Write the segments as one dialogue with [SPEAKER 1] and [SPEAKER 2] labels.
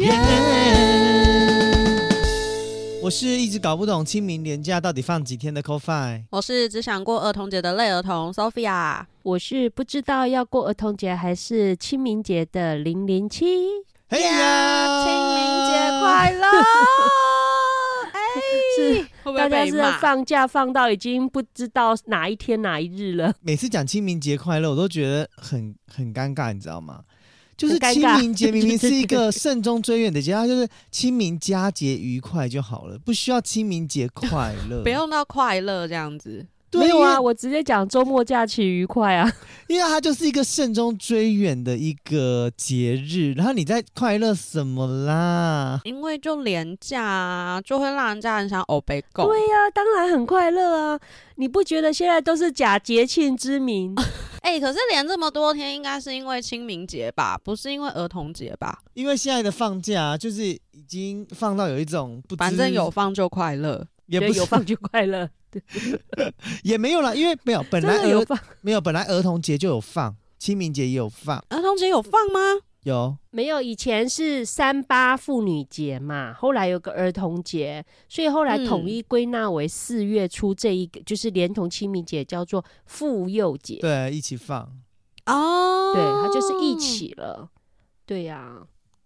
[SPEAKER 1] 院，我是一直搞不懂清明年假到底放几天的 CoFi。
[SPEAKER 2] 我是只想过儿童节的类儿童 Sophia。
[SPEAKER 3] 我是不知道要过儿童节还是清明节的零零七。
[SPEAKER 1] 嘿
[SPEAKER 2] 哎呀清明节快！乐！哎，
[SPEAKER 3] 是
[SPEAKER 2] 会不
[SPEAKER 3] 大
[SPEAKER 2] 会
[SPEAKER 3] 家
[SPEAKER 2] 被
[SPEAKER 3] 是
[SPEAKER 2] 骂？
[SPEAKER 3] 放假放到已经不知道哪一天哪一日了，
[SPEAKER 1] 每次讲清明节快乐，我都觉得很很尴尬，你知道吗？就是
[SPEAKER 3] 很尴
[SPEAKER 1] 清
[SPEAKER 3] 尬
[SPEAKER 1] 明节明明是一
[SPEAKER 3] 对对
[SPEAKER 1] 个慎终追远的节，它就是清明佳节愉快就好了，不需要清明节快乐。
[SPEAKER 2] 不用到快乐这样子。
[SPEAKER 1] 对
[SPEAKER 3] 没有
[SPEAKER 1] 因
[SPEAKER 3] 啊，
[SPEAKER 1] 为
[SPEAKER 3] 我直接讲周末假期愉 快啊。
[SPEAKER 1] 因为它就是一个慎终追远的一个节日，然后你在快乐什么啦？
[SPEAKER 2] 因为就廉价啊，就会让人家很想哦欧北狗。
[SPEAKER 3] 对呀、当然很快乐啊！你不觉得现在都是假节庆之名？
[SPEAKER 2] 哎、可是连这么多天，应该是因为清明节吧，不是因为儿童节吧？
[SPEAKER 1] 因为现在的放假就是已经放到有一种不知，
[SPEAKER 2] 反正有放就快乐。
[SPEAKER 1] 也
[SPEAKER 3] 觉
[SPEAKER 1] 不
[SPEAKER 3] 得
[SPEAKER 1] 是
[SPEAKER 3] 有放就快乐，
[SPEAKER 1] 也没有啦，因为没有本
[SPEAKER 3] 真
[SPEAKER 1] 来
[SPEAKER 3] 的有
[SPEAKER 1] 儿
[SPEAKER 3] 放
[SPEAKER 1] 没有本来儿童节就有放，清明节也有放，
[SPEAKER 2] 儿童节啊有放吗？
[SPEAKER 1] 有
[SPEAKER 3] 没有？以前是三八妇女节嘛，后来有个儿童节，所以后来
[SPEAKER 2] 嗯
[SPEAKER 3] 统一归纳为四月初这一个，就是连同清明节叫做妇幼节，
[SPEAKER 1] 对一起放。
[SPEAKER 2] 哦，
[SPEAKER 3] 对，它就是一。起
[SPEAKER 1] 哦
[SPEAKER 3] 了，对呀、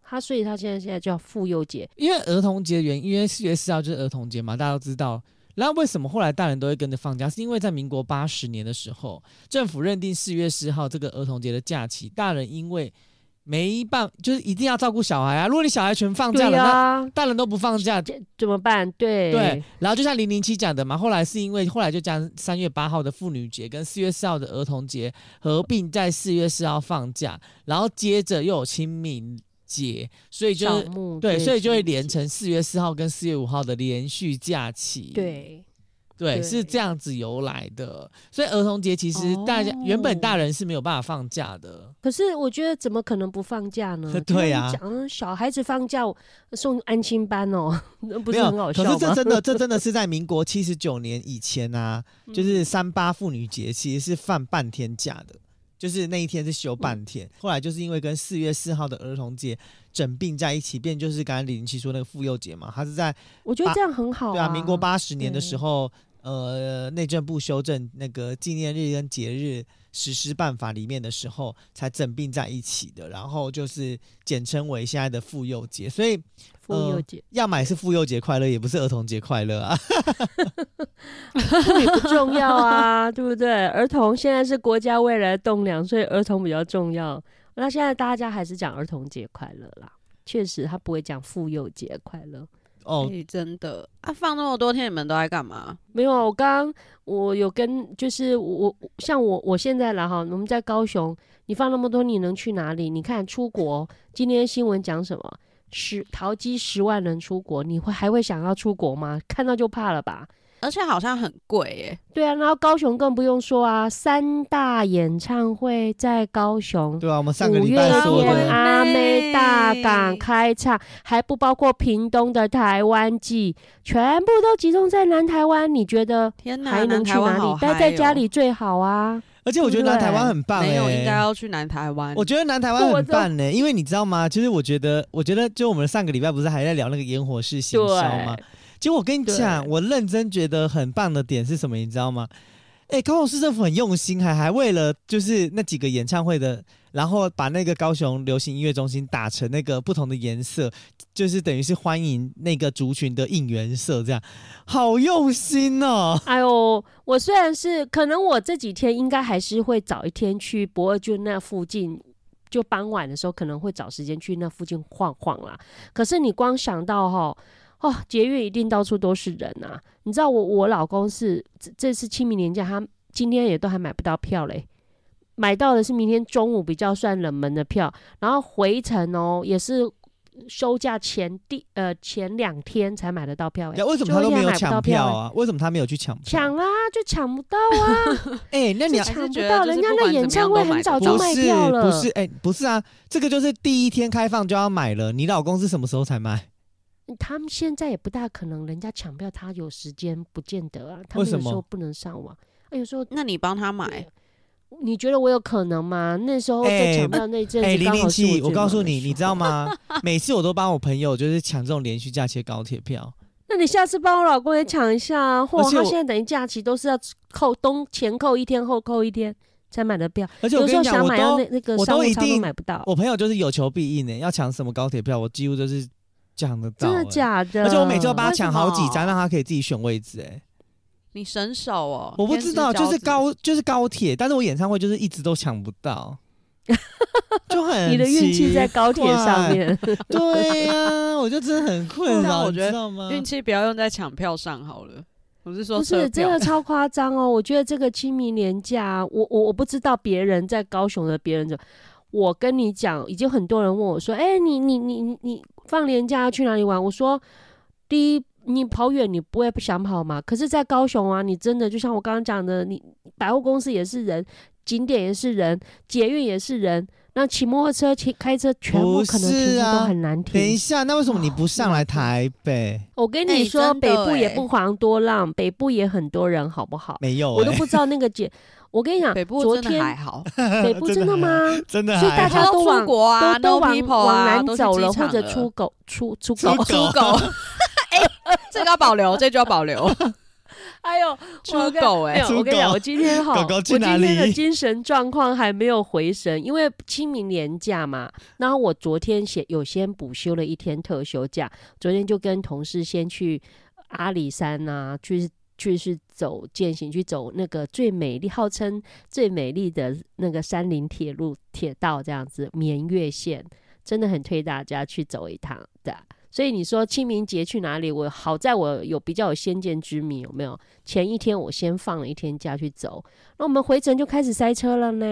[SPEAKER 3] 它所以它现在现在叫妇幼节，
[SPEAKER 1] 因为儿童节原因，因为四月四号就是儿童节嘛，大家都知道。然后为什么后来大人都会跟着放假？是因为在民国八十年的时候，政府认定四月四号这个儿童节的假期，大人因为没办，就是一定要照顾小孩啊。如果你小孩全放假
[SPEAKER 3] 对
[SPEAKER 1] 了，
[SPEAKER 3] 呀、
[SPEAKER 1] 那大人都不放假，
[SPEAKER 3] 这怎么办？对
[SPEAKER 1] 对。然后就像零零七讲的嘛，后来是因为后来就将三月八号的妇女节跟四月四号的儿童节合并在四月四号放假，然后接着又有清明节，所以就
[SPEAKER 3] 扫
[SPEAKER 1] 是
[SPEAKER 3] 墓
[SPEAKER 1] 对，所以就会连
[SPEAKER 3] 清
[SPEAKER 1] 成
[SPEAKER 3] 明节
[SPEAKER 1] 四月四号跟四月五号的连续假期。
[SPEAKER 3] 对。
[SPEAKER 1] 对，
[SPEAKER 3] 对
[SPEAKER 1] 是这样子由来的。所以儿童节其实大家、
[SPEAKER 2] 哦
[SPEAKER 1] 原本大人是没有办法放假的。
[SPEAKER 3] 可是我觉得怎么可能不放假呢？
[SPEAKER 1] 对呀
[SPEAKER 3] 呀、讲嗯小孩子放假我送安亲班哦， 那不
[SPEAKER 1] 没
[SPEAKER 3] 是
[SPEAKER 1] 有，
[SPEAKER 3] 很好笑
[SPEAKER 1] 可
[SPEAKER 3] 吗？
[SPEAKER 1] 是这真的，这 真的是在民国七十九年以前啊，
[SPEAKER 3] 嗯
[SPEAKER 1] 就是三八妇女节其实是放半天假的，就是那一天是休
[SPEAKER 3] 嗯
[SPEAKER 1] 半天。后来就是因为跟四月四号的儿童节整并在一起，变就是刚才李林奇说那个妇幼节嘛，它是在
[SPEAKER 3] 我觉得这样很好、
[SPEAKER 1] 对啊，民国八十年的
[SPEAKER 3] 对
[SPEAKER 1] 时候，呃，内政部修正那个纪念日跟节日实施办法里面的时候，才整并在一起的，然后就是简称为现在的妇幼节。所以
[SPEAKER 3] 妇幼节，
[SPEAKER 1] 要买是妇幼节快乐，也不是儿童节快乐啊。
[SPEAKER 3] 妇女不重要啊， 对不对？儿童现在是国家未来的栋梁，所以儿童比较重要。那现在大家还是讲儿童节快乐啦，确实他不会讲妇幼节快乐。
[SPEAKER 1] 哦，
[SPEAKER 2] 哎真的啊，放那么多天，你们都在干嘛？
[SPEAKER 3] 没有啊，我刚我有跟，就是我我像我我现在啦哈，我们在高雄，你放那么多，你能去哪里？你看出国，今天新闻讲什么？十淘机十万人出国，你会还会想要出国吗？看到就怕了吧？
[SPEAKER 2] 而且好像很贵耶、
[SPEAKER 3] 对啊，然后高雄更不用说啊，三大演唱会在高雄，
[SPEAKER 1] 对啊，我们上
[SPEAKER 3] 五
[SPEAKER 1] 个礼
[SPEAKER 3] 月
[SPEAKER 1] 拜
[SPEAKER 2] 的
[SPEAKER 1] 说
[SPEAKER 3] 天
[SPEAKER 1] 的，
[SPEAKER 3] 阿妹大
[SPEAKER 2] 妹
[SPEAKER 3] 港开唱，还不包括屏东的台湾季，全部都集中在南台湾，你觉得？
[SPEAKER 2] 天哪，
[SPEAKER 3] 还能
[SPEAKER 2] 南
[SPEAKER 3] 去
[SPEAKER 2] 台湾
[SPEAKER 3] 哪
[SPEAKER 2] 好
[SPEAKER 3] 里？
[SPEAKER 2] 嗨
[SPEAKER 3] 待在家
[SPEAKER 2] 哦
[SPEAKER 3] 里最好啊！
[SPEAKER 1] 而且我觉得南台湾很棒哎、
[SPEAKER 2] 没有，应该要去南台湾。
[SPEAKER 1] 我觉得南台湾很棒呢、因为你知道吗？其实我觉得，我觉得就我们上个礼拜不是还在聊那个烟火式行销吗？其实我跟你讲，
[SPEAKER 3] 对
[SPEAKER 1] 我认真觉得很棒的点是什么，你知道吗？哎、高雄市政府很用心，还还为了就是那几个演唱会的，然后把那个高雄流行音乐中心打成那个不同的颜色，就是等于是欢迎那个族群的应援色，这样好用心哦。
[SPEAKER 3] 哎呦，我虽然是可能我这几天应该还是会早一天去博尔郡那附近，就傍晚的时候可能会找时间去那附近晃晃啦。可是你光想到哈。哦，捷运一定到处都是人啊！你知道我我老公是这这次清明年假，他今天也都还买不到票嘞，买到的是明天中午比较算冷门的票，然后回程哦也是休假前第呃前两天才买得到票欸，
[SPEAKER 1] 那为什么他都没有
[SPEAKER 3] 最后一天还买不
[SPEAKER 1] 抢
[SPEAKER 3] 到票
[SPEAKER 1] 票
[SPEAKER 3] 欸
[SPEAKER 1] 啊？为什么他没有去抢票？
[SPEAKER 3] 抢啦、就抢不到啊，
[SPEAKER 1] 哎、那你
[SPEAKER 3] 就
[SPEAKER 1] 要
[SPEAKER 2] 还是
[SPEAKER 3] 抢不
[SPEAKER 2] 觉得
[SPEAKER 3] 到，
[SPEAKER 2] 就是
[SPEAKER 3] 人家
[SPEAKER 2] 不
[SPEAKER 3] 那
[SPEAKER 2] 管
[SPEAKER 3] 演
[SPEAKER 2] 怎么样
[SPEAKER 3] 唱会
[SPEAKER 2] 都买
[SPEAKER 3] 很
[SPEAKER 2] 不
[SPEAKER 3] 早
[SPEAKER 2] 到
[SPEAKER 3] 就
[SPEAKER 1] 不
[SPEAKER 3] 哦卖
[SPEAKER 1] 是
[SPEAKER 3] 票了，
[SPEAKER 1] 不是哎、不是啊，这个就是第一天开放就要买了。你老公是什么时候才买？
[SPEAKER 3] 他们现在也不大可能，人家抢票他有时间不见得啊，他们
[SPEAKER 1] 为什
[SPEAKER 3] 有时
[SPEAKER 1] 么
[SPEAKER 3] 候不能上网，啊有时候
[SPEAKER 2] 那你帮他买，
[SPEAKER 3] 你觉得我有可能吗？那时候
[SPEAKER 1] 哎
[SPEAKER 3] 在抢票那一阵
[SPEAKER 1] 哎，
[SPEAKER 3] 子
[SPEAKER 1] 零
[SPEAKER 3] 刚
[SPEAKER 1] 零
[SPEAKER 3] 好是
[SPEAKER 1] 七，我
[SPEAKER 3] 最
[SPEAKER 1] 告
[SPEAKER 3] 忙
[SPEAKER 1] 诉
[SPEAKER 3] 的
[SPEAKER 1] 你，
[SPEAKER 3] 时
[SPEAKER 1] 你知
[SPEAKER 3] 候
[SPEAKER 1] 道？吗？ 每次我都帮我朋友就是抢这种连续假期的高铁票，
[SPEAKER 3] 那你下次帮我老公也抢一下啊，或
[SPEAKER 1] 而且
[SPEAKER 3] 他
[SPEAKER 1] 我
[SPEAKER 3] 现在等于假期都是要扣东前扣一天后扣一天才买的票，
[SPEAKER 1] 而且我
[SPEAKER 3] 有时
[SPEAKER 1] 跟
[SPEAKER 3] 候
[SPEAKER 1] 你讲，
[SPEAKER 3] 想
[SPEAKER 1] 我
[SPEAKER 3] 买到那
[SPEAKER 1] 都
[SPEAKER 3] 那个
[SPEAKER 1] 我
[SPEAKER 3] 商
[SPEAKER 1] 都
[SPEAKER 3] 务
[SPEAKER 1] 一
[SPEAKER 3] 舱都
[SPEAKER 1] 定
[SPEAKER 3] 买不到，
[SPEAKER 1] 我朋友就是有求必应呢、欸要抢什么高铁票，我几乎都是抢得到、
[SPEAKER 3] 真的
[SPEAKER 1] 哎？
[SPEAKER 3] 假的？
[SPEAKER 1] 而且我每次都帮他
[SPEAKER 2] 为什
[SPEAKER 1] 抢好几
[SPEAKER 2] 么
[SPEAKER 1] 张，让他可以自己选位置、哎，
[SPEAKER 2] 你神手哦。
[SPEAKER 1] 我不
[SPEAKER 2] 天
[SPEAKER 1] 知
[SPEAKER 2] 之
[SPEAKER 1] 道，就
[SPEAKER 2] 骄
[SPEAKER 1] 是
[SPEAKER 2] 子，
[SPEAKER 1] 高就是高铁，但是我演唱会就是一直都抢不 到，就很
[SPEAKER 3] 你的运气在
[SPEAKER 1] 奇
[SPEAKER 3] 高铁上
[SPEAKER 1] 怪
[SPEAKER 3] 面，
[SPEAKER 1] 对呀、我就真的很困
[SPEAKER 2] 但
[SPEAKER 1] 扰，
[SPEAKER 2] 我
[SPEAKER 1] 你
[SPEAKER 2] 觉得
[SPEAKER 1] 知道吗？
[SPEAKER 2] 运气不要用在抢票上好了。我是说
[SPEAKER 3] 不
[SPEAKER 2] 车
[SPEAKER 3] 是真
[SPEAKER 2] 票
[SPEAKER 3] 的，超夸张哦！我觉得这个清明年假，我我我不知道别人在高雄的别人怎么，我跟你讲，已经很多人问我说，哎、你你你你你放年假要去哪里玩？我说，第一，你跑远你不会不想跑嘛？可是，在高雄啊，你真的就像我刚刚讲的，你百货公司也是人，景点也是人，捷运也是人。那骑摩托车、骑开车，全部
[SPEAKER 1] 不
[SPEAKER 3] 可能
[SPEAKER 1] 是
[SPEAKER 3] 停都
[SPEAKER 1] 啊
[SPEAKER 3] 很难
[SPEAKER 1] 等一
[SPEAKER 3] 停。
[SPEAKER 1] 下，那为什么你不上来台北？
[SPEAKER 3] 我跟
[SPEAKER 2] 哎
[SPEAKER 3] 你说，
[SPEAKER 2] 真的
[SPEAKER 3] 北部也
[SPEAKER 2] 哎
[SPEAKER 3] 不遑多让，北部也很多人，好不好？
[SPEAKER 1] 没有、
[SPEAKER 3] 我都
[SPEAKER 1] 哎
[SPEAKER 3] 不知道那个姐。我跟你讲，
[SPEAKER 2] 北部
[SPEAKER 3] 昨
[SPEAKER 2] 真的
[SPEAKER 3] 天
[SPEAKER 2] 还好，
[SPEAKER 3] 北部真的？吗？
[SPEAKER 1] 真的还，
[SPEAKER 3] 所以大
[SPEAKER 2] 大
[SPEAKER 3] 家
[SPEAKER 2] 家
[SPEAKER 3] 都
[SPEAKER 2] 都
[SPEAKER 3] 往
[SPEAKER 2] 出国啊
[SPEAKER 3] 都都
[SPEAKER 2] ，no
[SPEAKER 3] 往
[SPEAKER 2] people 啊，
[SPEAKER 3] 往
[SPEAKER 2] 都
[SPEAKER 3] 南
[SPEAKER 2] 去
[SPEAKER 3] 走
[SPEAKER 2] 机
[SPEAKER 3] 了，或
[SPEAKER 2] 场
[SPEAKER 3] 者
[SPEAKER 2] 了
[SPEAKER 3] 出狗出出
[SPEAKER 2] 出
[SPEAKER 3] 狗。
[SPEAKER 2] 出狗。 哎，这个要保留，这句要保留。
[SPEAKER 3] 哎呦，
[SPEAKER 2] 出
[SPEAKER 3] 我跟
[SPEAKER 2] 狗
[SPEAKER 3] 没
[SPEAKER 2] 哎，
[SPEAKER 3] 有，我跟
[SPEAKER 1] 出
[SPEAKER 3] 你讲，
[SPEAKER 1] 狗
[SPEAKER 3] 我今天哈，
[SPEAKER 1] 狗狗
[SPEAKER 3] 我
[SPEAKER 1] 去
[SPEAKER 3] 今
[SPEAKER 1] 哪
[SPEAKER 3] 天的
[SPEAKER 1] 里
[SPEAKER 3] 精神状况还没有回神，因为清明年假嘛。然后我昨天先有先补休了一天特休假，昨天就跟同事先去阿里山呐、去去是走践行，去走那个最美丽，号称最美丽的那个山林铁路铁道这样子，绵月线，真的很推大家去走一趟的。所以你说清明节去哪里？我好在我有比较有先见之明，有没有？前一天我先放了一天假去走，那我们回程就开始塞车了呢。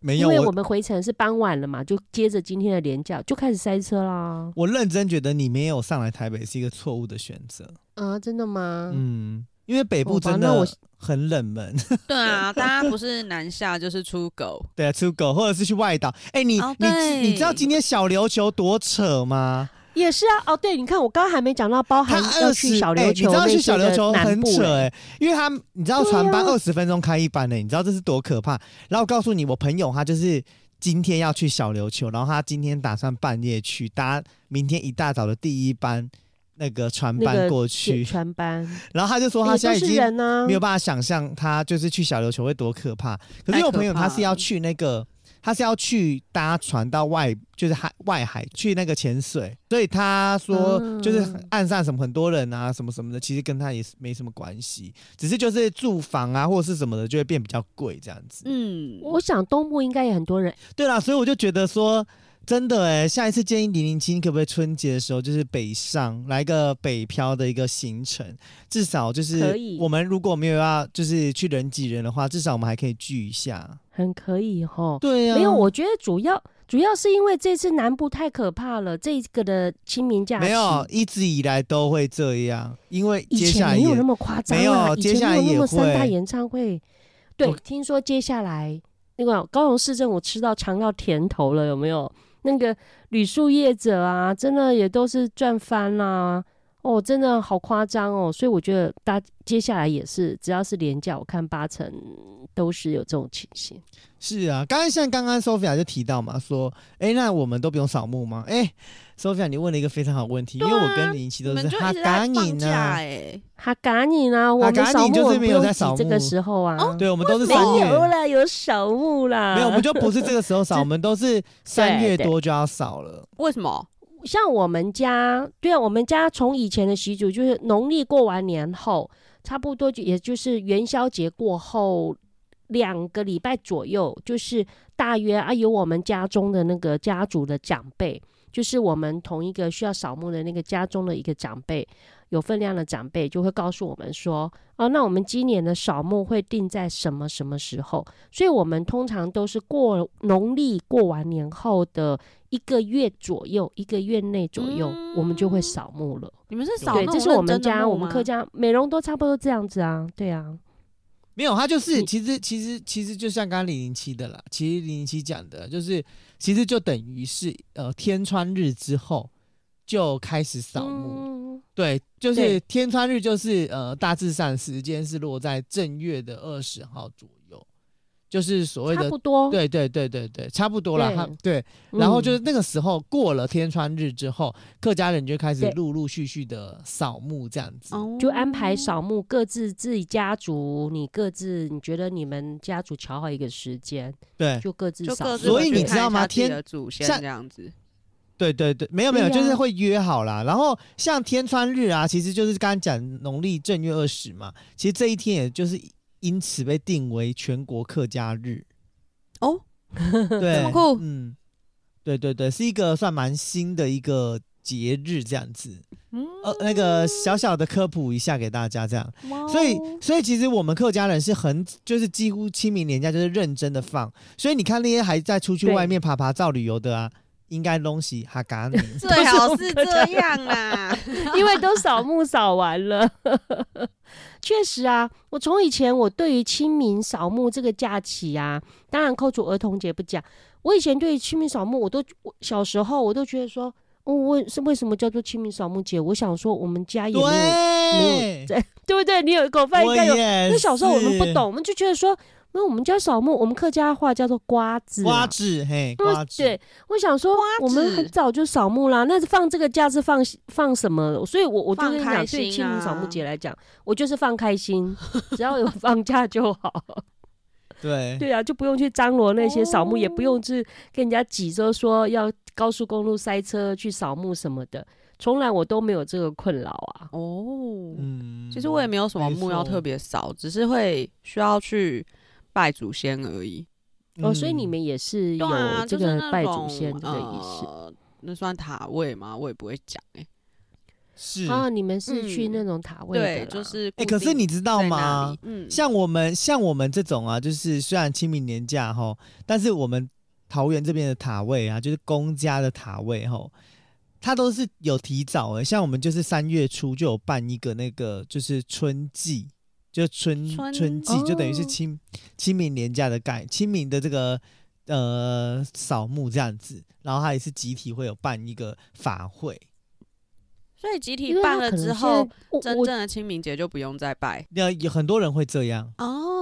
[SPEAKER 1] 没
[SPEAKER 3] 因
[SPEAKER 1] 有
[SPEAKER 3] 为我
[SPEAKER 1] 哎我。
[SPEAKER 3] 们回程是傍晚了嘛，就接着今天的连假就开始塞车啦。
[SPEAKER 1] 我认真觉得你没有上来台北是一个错误的选择，
[SPEAKER 3] 啊，真的吗？
[SPEAKER 1] 嗯，因为北部
[SPEAKER 3] 好吧
[SPEAKER 1] 真
[SPEAKER 3] 那我
[SPEAKER 1] 的很冷门，
[SPEAKER 2] 对啊，大 家不是南下就是出狗，
[SPEAKER 1] 对啊，出狗或者是去外岛。哎、你、
[SPEAKER 2] 哦对
[SPEAKER 1] 你你知道今天小琉球多扯吗？
[SPEAKER 3] 也是啊。哦，对，你看我刚刚还没讲到包含
[SPEAKER 1] 他
[SPEAKER 3] 哦要
[SPEAKER 1] 二
[SPEAKER 3] 去
[SPEAKER 1] 十
[SPEAKER 3] 小
[SPEAKER 1] 哎
[SPEAKER 3] 琉
[SPEAKER 1] 你知
[SPEAKER 3] 球
[SPEAKER 1] 道
[SPEAKER 3] 那
[SPEAKER 1] 去小
[SPEAKER 3] 些
[SPEAKER 1] 琉
[SPEAKER 3] 的
[SPEAKER 1] 球
[SPEAKER 3] 南
[SPEAKER 1] 很
[SPEAKER 3] 部
[SPEAKER 1] 扯哎、
[SPEAKER 3] 欸
[SPEAKER 1] 因为他你知道
[SPEAKER 3] 对
[SPEAKER 1] 船班
[SPEAKER 3] 啊
[SPEAKER 1] 二十分钟开一班呢、欸你知道这是多可怕？然后我告诉你，我朋友他就是今天要去小琉球，然后他今天打算半夜去搭明天一大早的第一班那个船
[SPEAKER 3] 那
[SPEAKER 1] 班
[SPEAKER 3] 个
[SPEAKER 1] 过去，
[SPEAKER 3] 去船班，
[SPEAKER 1] 然后他就说
[SPEAKER 3] 也
[SPEAKER 1] 他现在已
[SPEAKER 3] 都是
[SPEAKER 1] 经
[SPEAKER 3] 人啊
[SPEAKER 1] 没。有办法想象他就是去小琉球会多可怕。可是
[SPEAKER 2] 太
[SPEAKER 1] 有
[SPEAKER 2] 可
[SPEAKER 1] 朋友
[SPEAKER 2] 怕
[SPEAKER 1] 他是要去那个，他是要去搭船到外，就是海外海去那个潜水，所以他说
[SPEAKER 3] 嗯
[SPEAKER 1] 就是岸上什么很多人啊，什么什么的，其实跟他也是没什么关系，只是就是住房啊或者是什么的就会变比较贵这样子。
[SPEAKER 2] 嗯，
[SPEAKER 3] 我想东部应该也很多人，
[SPEAKER 1] 对啦，所以我就觉得说。真的哎、下一次建议零零七，你可不可以春节的时候就是北上来个北漂的一个行程？至少就
[SPEAKER 3] 可
[SPEAKER 1] 是
[SPEAKER 3] 以
[SPEAKER 1] 我们如果没有要就是去人挤人的话，至少我们还可以聚一下。
[SPEAKER 3] 很可以哈。
[SPEAKER 1] 对啊呀、
[SPEAKER 3] 没有，我觉得主要主要是因为这次南部太可怕了，这个的清明假期
[SPEAKER 1] 没有，一直以来都会这样，因为
[SPEAKER 3] 以
[SPEAKER 1] 接下
[SPEAKER 3] 前
[SPEAKER 1] 来
[SPEAKER 3] 没有那
[SPEAKER 1] 也
[SPEAKER 3] 么夸张啦，啊
[SPEAKER 1] 没有
[SPEAKER 3] 以
[SPEAKER 1] 接
[SPEAKER 3] 前
[SPEAKER 1] 下来
[SPEAKER 3] 没有那
[SPEAKER 1] 也
[SPEAKER 3] 么三大
[SPEAKER 1] 会
[SPEAKER 3] 演唱会。对
[SPEAKER 1] 我，
[SPEAKER 3] 听说接下来那个高雄市政府吃到尝到甜头了，有没有？那个旅宿业者啊，真的也都是赚翻啦、哦，真的好夸张哦！所以我觉得大接下来也是，只要是廉价，我看八成都是有这种情形。
[SPEAKER 1] 是啊，刚刚像刚刚 Sophia 就提到嘛，说，哎，那我们都不用扫墓吗？哎，Sophia，你问了一个非常好的问题，因为我跟林奇
[SPEAKER 2] 你
[SPEAKER 1] 都是
[SPEAKER 2] 们就
[SPEAKER 1] 哈
[SPEAKER 2] 一直
[SPEAKER 1] 嘎
[SPEAKER 2] 在
[SPEAKER 1] 你
[SPEAKER 2] 放假
[SPEAKER 3] 欸
[SPEAKER 1] 呢，
[SPEAKER 2] 哎，
[SPEAKER 3] 哈嘎你呢？我们扫
[SPEAKER 1] 哈嘎尼就是
[SPEAKER 3] 墓我们不
[SPEAKER 1] 没有
[SPEAKER 3] 用
[SPEAKER 1] 在
[SPEAKER 3] 挤
[SPEAKER 1] 扫
[SPEAKER 3] 这个
[SPEAKER 1] 墓哦
[SPEAKER 3] 时候啊，
[SPEAKER 1] 对，我们都是
[SPEAKER 3] 没
[SPEAKER 1] 三月，
[SPEAKER 3] 有了，有扫墓啦。
[SPEAKER 1] 没有，我们就不是这个时候 扫，我们都是三月
[SPEAKER 3] 对
[SPEAKER 1] 多就要扫了。
[SPEAKER 2] 为什么？
[SPEAKER 3] 像我们家，对啊，我们家从以前的习俗就是农历过完年后，差不多就也就是元宵节过后两个礼拜左右，就是大约啊有我们家中的那个家族的长辈，就是我们同一个需要扫墓的那个家中的一个长辈，有分量的长辈就会告诉我们说，哦，那我们今年的扫墓会定在什么什么时候？所以我们通常都是过农历过完年后的一个月左右，一个月内左右，我们就会扫墓了。
[SPEAKER 2] 你们是扫
[SPEAKER 3] 对，
[SPEAKER 2] 那
[SPEAKER 3] 这
[SPEAKER 2] 种
[SPEAKER 3] 是我
[SPEAKER 2] 认
[SPEAKER 3] 们
[SPEAKER 2] 真的
[SPEAKER 3] 家
[SPEAKER 2] 墓
[SPEAKER 3] 我们
[SPEAKER 2] 吗
[SPEAKER 3] 客家美容都差不多这样子啊，对啊，
[SPEAKER 1] 没有，他就是
[SPEAKER 3] 你
[SPEAKER 1] 其实其实其实就像刚刚零零七的啦，其实零零七讲的就是，其实就等于是呃天穿日之后就开始扫墓，
[SPEAKER 3] 嗯
[SPEAKER 1] 对，就是
[SPEAKER 3] 对
[SPEAKER 1] 天穿日就是呃大致上时间是落在正月的二十号左右，就是所谓
[SPEAKER 3] 差
[SPEAKER 1] 的
[SPEAKER 3] 不多。
[SPEAKER 1] 对对对对对，差不多啦，
[SPEAKER 3] 对
[SPEAKER 1] 他对，
[SPEAKER 3] 嗯，
[SPEAKER 1] 然后就是那个时候过了天穿日之后，客家人就开始
[SPEAKER 3] 对
[SPEAKER 1] 陆陆续续的扫墓这样子，
[SPEAKER 2] 哦
[SPEAKER 3] 就安排扫墓，各自自己家族，你各自你觉得你们家族瞧好一个时间，
[SPEAKER 1] 对
[SPEAKER 3] 就各自
[SPEAKER 2] 就
[SPEAKER 3] 扫
[SPEAKER 2] 各
[SPEAKER 3] 墓。
[SPEAKER 2] 自
[SPEAKER 1] 所
[SPEAKER 2] 回
[SPEAKER 1] 以
[SPEAKER 2] 去
[SPEAKER 1] 你
[SPEAKER 2] 看
[SPEAKER 1] 知
[SPEAKER 2] 一
[SPEAKER 1] 道吗
[SPEAKER 2] 下自己
[SPEAKER 1] 天
[SPEAKER 2] 的祖先
[SPEAKER 1] 像
[SPEAKER 2] 这样子，
[SPEAKER 1] 对对对，没有没有，
[SPEAKER 3] 对
[SPEAKER 1] 就是
[SPEAKER 3] 呀
[SPEAKER 1] 会约好啦。然后像天穿日啊，其实就是刚刚讲农历正月二十嘛，其实这一天也就是因此被定为全国客家日。
[SPEAKER 2] 哦，
[SPEAKER 1] 对，
[SPEAKER 2] 这么酷
[SPEAKER 1] 嗯，对对对，是一个算蛮新的一个节日这样子。
[SPEAKER 2] 嗯
[SPEAKER 1] 呃，那个小小的科普一下给大家这样。
[SPEAKER 2] 哇
[SPEAKER 1] 所以
[SPEAKER 2] 哦，
[SPEAKER 1] 所以其实我们客家人是很，就是几乎清明年假就是认真的放，所以你看那些还在出去
[SPEAKER 3] 对
[SPEAKER 1] 外面爬爬照旅游的啊，应该东西哈嘎你。
[SPEAKER 2] 最好是这样啦。
[SPEAKER 3] 因为都扫墓扫完了。 确实啊，我从以前我对于清明扫墓这个假期啊，当然扣除儿童节不讲，我以前对于清明扫墓，我都我小时候我都觉得说，哦，为是为什么叫做清明扫墓节？我想说我们家也没有，对
[SPEAKER 1] 对，
[SPEAKER 3] 在不对？你有一口饭应
[SPEAKER 1] 我
[SPEAKER 3] 该有，
[SPEAKER 1] 也
[SPEAKER 3] 因为小时候我们不
[SPEAKER 1] 是
[SPEAKER 3] 懂，我们就觉得说，因为我们家扫墓，我们客家话叫做瓜子、
[SPEAKER 1] 瓜
[SPEAKER 3] 啊。
[SPEAKER 1] 子，嘿，
[SPEAKER 3] 因为
[SPEAKER 1] 瓜子，
[SPEAKER 3] 对，我想说，我们很
[SPEAKER 2] 子
[SPEAKER 3] 早就扫墓啦，那放这个假是放放什么？所以我我就
[SPEAKER 2] 放
[SPEAKER 3] 跟你
[SPEAKER 2] 开
[SPEAKER 3] 讲，对
[SPEAKER 2] 心
[SPEAKER 3] 清明扫墓
[SPEAKER 2] 啊
[SPEAKER 3] 节来讲，我就是放开心，只要有放假就 好。
[SPEAKER 1] 对
[SPEAKER 3] 对啊，就不用去张罗那些扫墓，也不
[SPEAKER 2] 哦
[SPEAKER 3] 用去跟人家挤着说要高速公路塞车去扫墓什么的，从来我都没有这个困扰啊。
[SPEAKER 2] 哦，
[SPEAKER 1] 嗯，
[SPEAKER 2] 其实我也没有什么
[SPEAKER 1] 没
[SPEAKER 2] 墓要
[SPEAKER 1] 错
[SPEAKER 2] 特别扫，只是会需要去拜祖先而已。
[SPEAKER 3] 哦，所以你
[SPEAKER 1] 嗯
[SPEAKER 3] 们也是有
[SPEAKER 2] 对啊，
[SPEAKER 3] 这
[SPEAKER 2] 就是
[SPEAKER 3] 个
[SPEAKER 2] 那
[SPEAKER 3] 拜祖
[SPEAKER 2] 种
[SPEAKER 3] 先这个仪式。
[SPEAKER 2] 呃那算塔位吗？我也不会讲哎、
[SPEAKER 1] 是
[SPEAKER 3] 啊，
[SPEAKER 1] 哎，
[SPEAKER 3] 你们是
[SPEAKER 2] 呃
[SPEAKER 3] 去
[SPEAKER 2] 嗯
[SPEAKER 3] 那种塔位的
[SPEAKER 2] 对，就
[SPEAKER 3] 啦
[SPEAKER 2] 是固定在那里。
[SPEAKER 1] 可是你知道吗？
[SPEAKER 2] 嗯，
[SPEAKER 1] 像我们像我们这种啊，就是虽然清明年假吼，但是我们桃园这边的塔位啊，就是公家的塔位吼，它都是有提早诶、像我们就是三月初就有办一个那个就是春季，就春
[SPEAKER 2] 春
[SPEAKER 1] 季就等于是
[SPEAKER 3] 哦
[SPEAKER 1] 清、清明年假的概清明的这个呃扫墓这样子，然后它也是集体会有办一个法会。
[SPEAKER 2] 所以集体
[SPEAKER 3] 因为
[SPEAKER 2] 办
[SPEAKER 3] 他
[SPEAKER 2] 了
[SPEAKER 3] 可能
[SPEAKER 2] 之
[SPEAKER 3] 现
[SPEAKER 2] 后
[SPEAKER 3] 在，我
[SPEAKER 2] 真
[SPEAKER 3] 我
[SPEAKER 2] 正的清明节就不用再拜
[SPEAKER 1] 那有很多人会这样，
[SPEAKER 2] 哦。